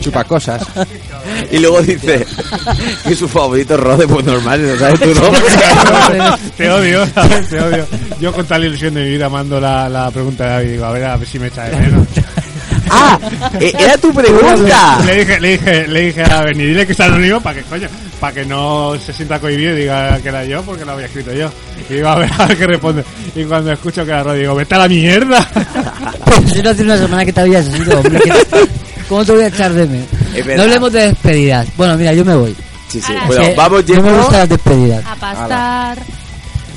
Chupa cosas. Y luego dice que su favorito es Rode, pues normal, ¿no sabes tú, no? Te odio, te odio. Yo con tal ilusión de mi vida mando la, la pregunta de David. Digo, a ver, a ver si me echa de menos. ¡Ah! e- era tu pregunta. Le dije, le dije, le dije a Benny, dile que está anónimo para que, coño, para que no se sienta cohibido y diga que era yo porque lo había escrito yo. Y digo, a ver, a ver qué responde. Y cuando escucho que era Rod, digo, vete a la "Ah, mierda. Yo no hace una semana que te habías ido, hombre. que- ¿Cómo te voy a echar de mí? Es verdad. No hablemos de despedidas. Bueno, mira, yo me voy. Sí, sí. Ah, Es Bueno, que vamos No me yendo. gustan las despedidas. A pastar.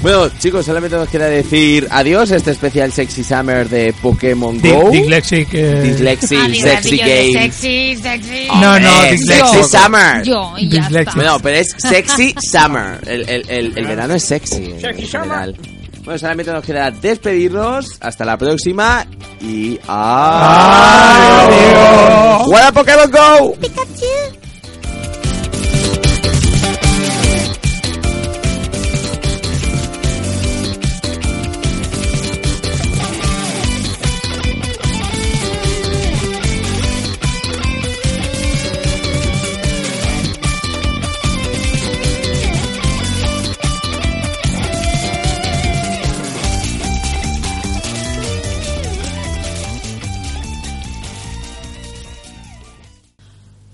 Bueno, chicos, solamente nos queda decir adiós a este especial Sexy Summer de Pokémon Di- Go. Dyslexic, eh. Ah, Dyslexic, digo, Sexy digo, Game. Sexy, sexy. No, no, Hombre, Eh, Dyslexic. Sexy Summer. Yo, y ya está. Bueno, pero es Sexy Summer. El, el, el, el verano es sexy. Sexy Summer. Bueno, solamente nos queda despedirnos. Hasta la próxima. Y adiós. What up, Pokémon Go!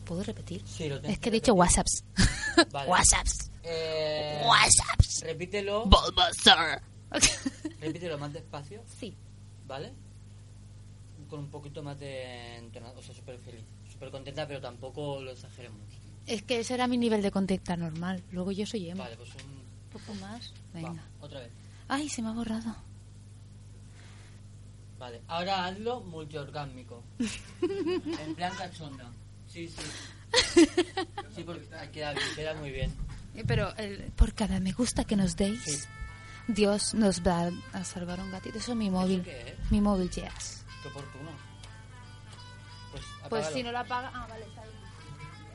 ¿Puedo repetir? es que he dicho WhatsApps. WhatsApps. WhatsApps. Eh, Repítelo. Bulbasaur. Repítelo más despacio. Sí. ¿Vale? Con un poquito más de entonado. O sea, súper feliz. Súper contenta, pero tampoco lo exageremos. Es que ese era mi nivel de contacta normal. Luego yo soy emo. Vale, pues un... Un poco más. Venga. otra vez. Ay, se me ha borrado. Vale, ahora hazlo multiorgásmico. en plan cachonda. Sí, sí. Sí, porque queda, queda muy bien. Eh, Pero el- por cada me gusta que nos deis, Dios nos va a salvar un gatito. Eso es mi móvil. Mi móvil, yes. Qué oportuno. Pues, Pues apágalo. si no la apaga. Ah, vale, está ahí.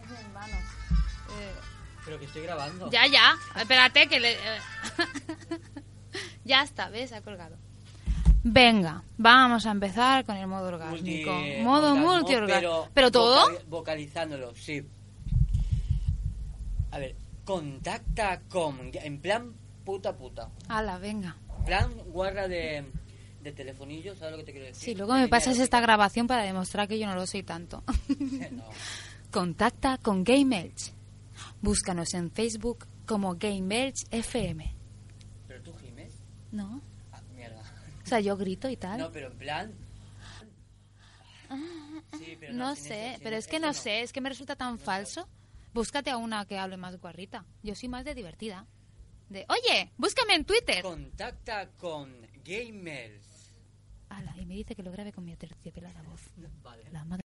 Es mi hermano. Eh, Pero que estoy grabando. Ya, ya. Espérate que le... eh. ya está, ¿ves? Ha colgado. Venga, vamos a empezar con el modo orgásmico. modo orgasmo, multiorgásmico. ¿Pero, todo? vocal- vocalizándolo, sí. A ver, contacta con. En plan puta puta. Hala, venga. En plan guarda de, de telefonillo, ¿sabes lo que te quiero decir? Si luego me pasas esta grabación para demostrar que yo no lo soy tanto. Contacta con Game Melch. Búscanos en Facebook como Game Melch FM. Pero tú gimes. ¿No? Ah, mierda. O sea, yo grito y tal. Ah, No, pero en plan. no sé, pero es que no sé, es que me resulta tan falso. búscate a una que hable más guarrita. Yo soy más de divertida. De, oye, búscame en Twitter. Contacta con Gamers. Ala, y me dice que lo grabe con mi aterciopelada voz. La madre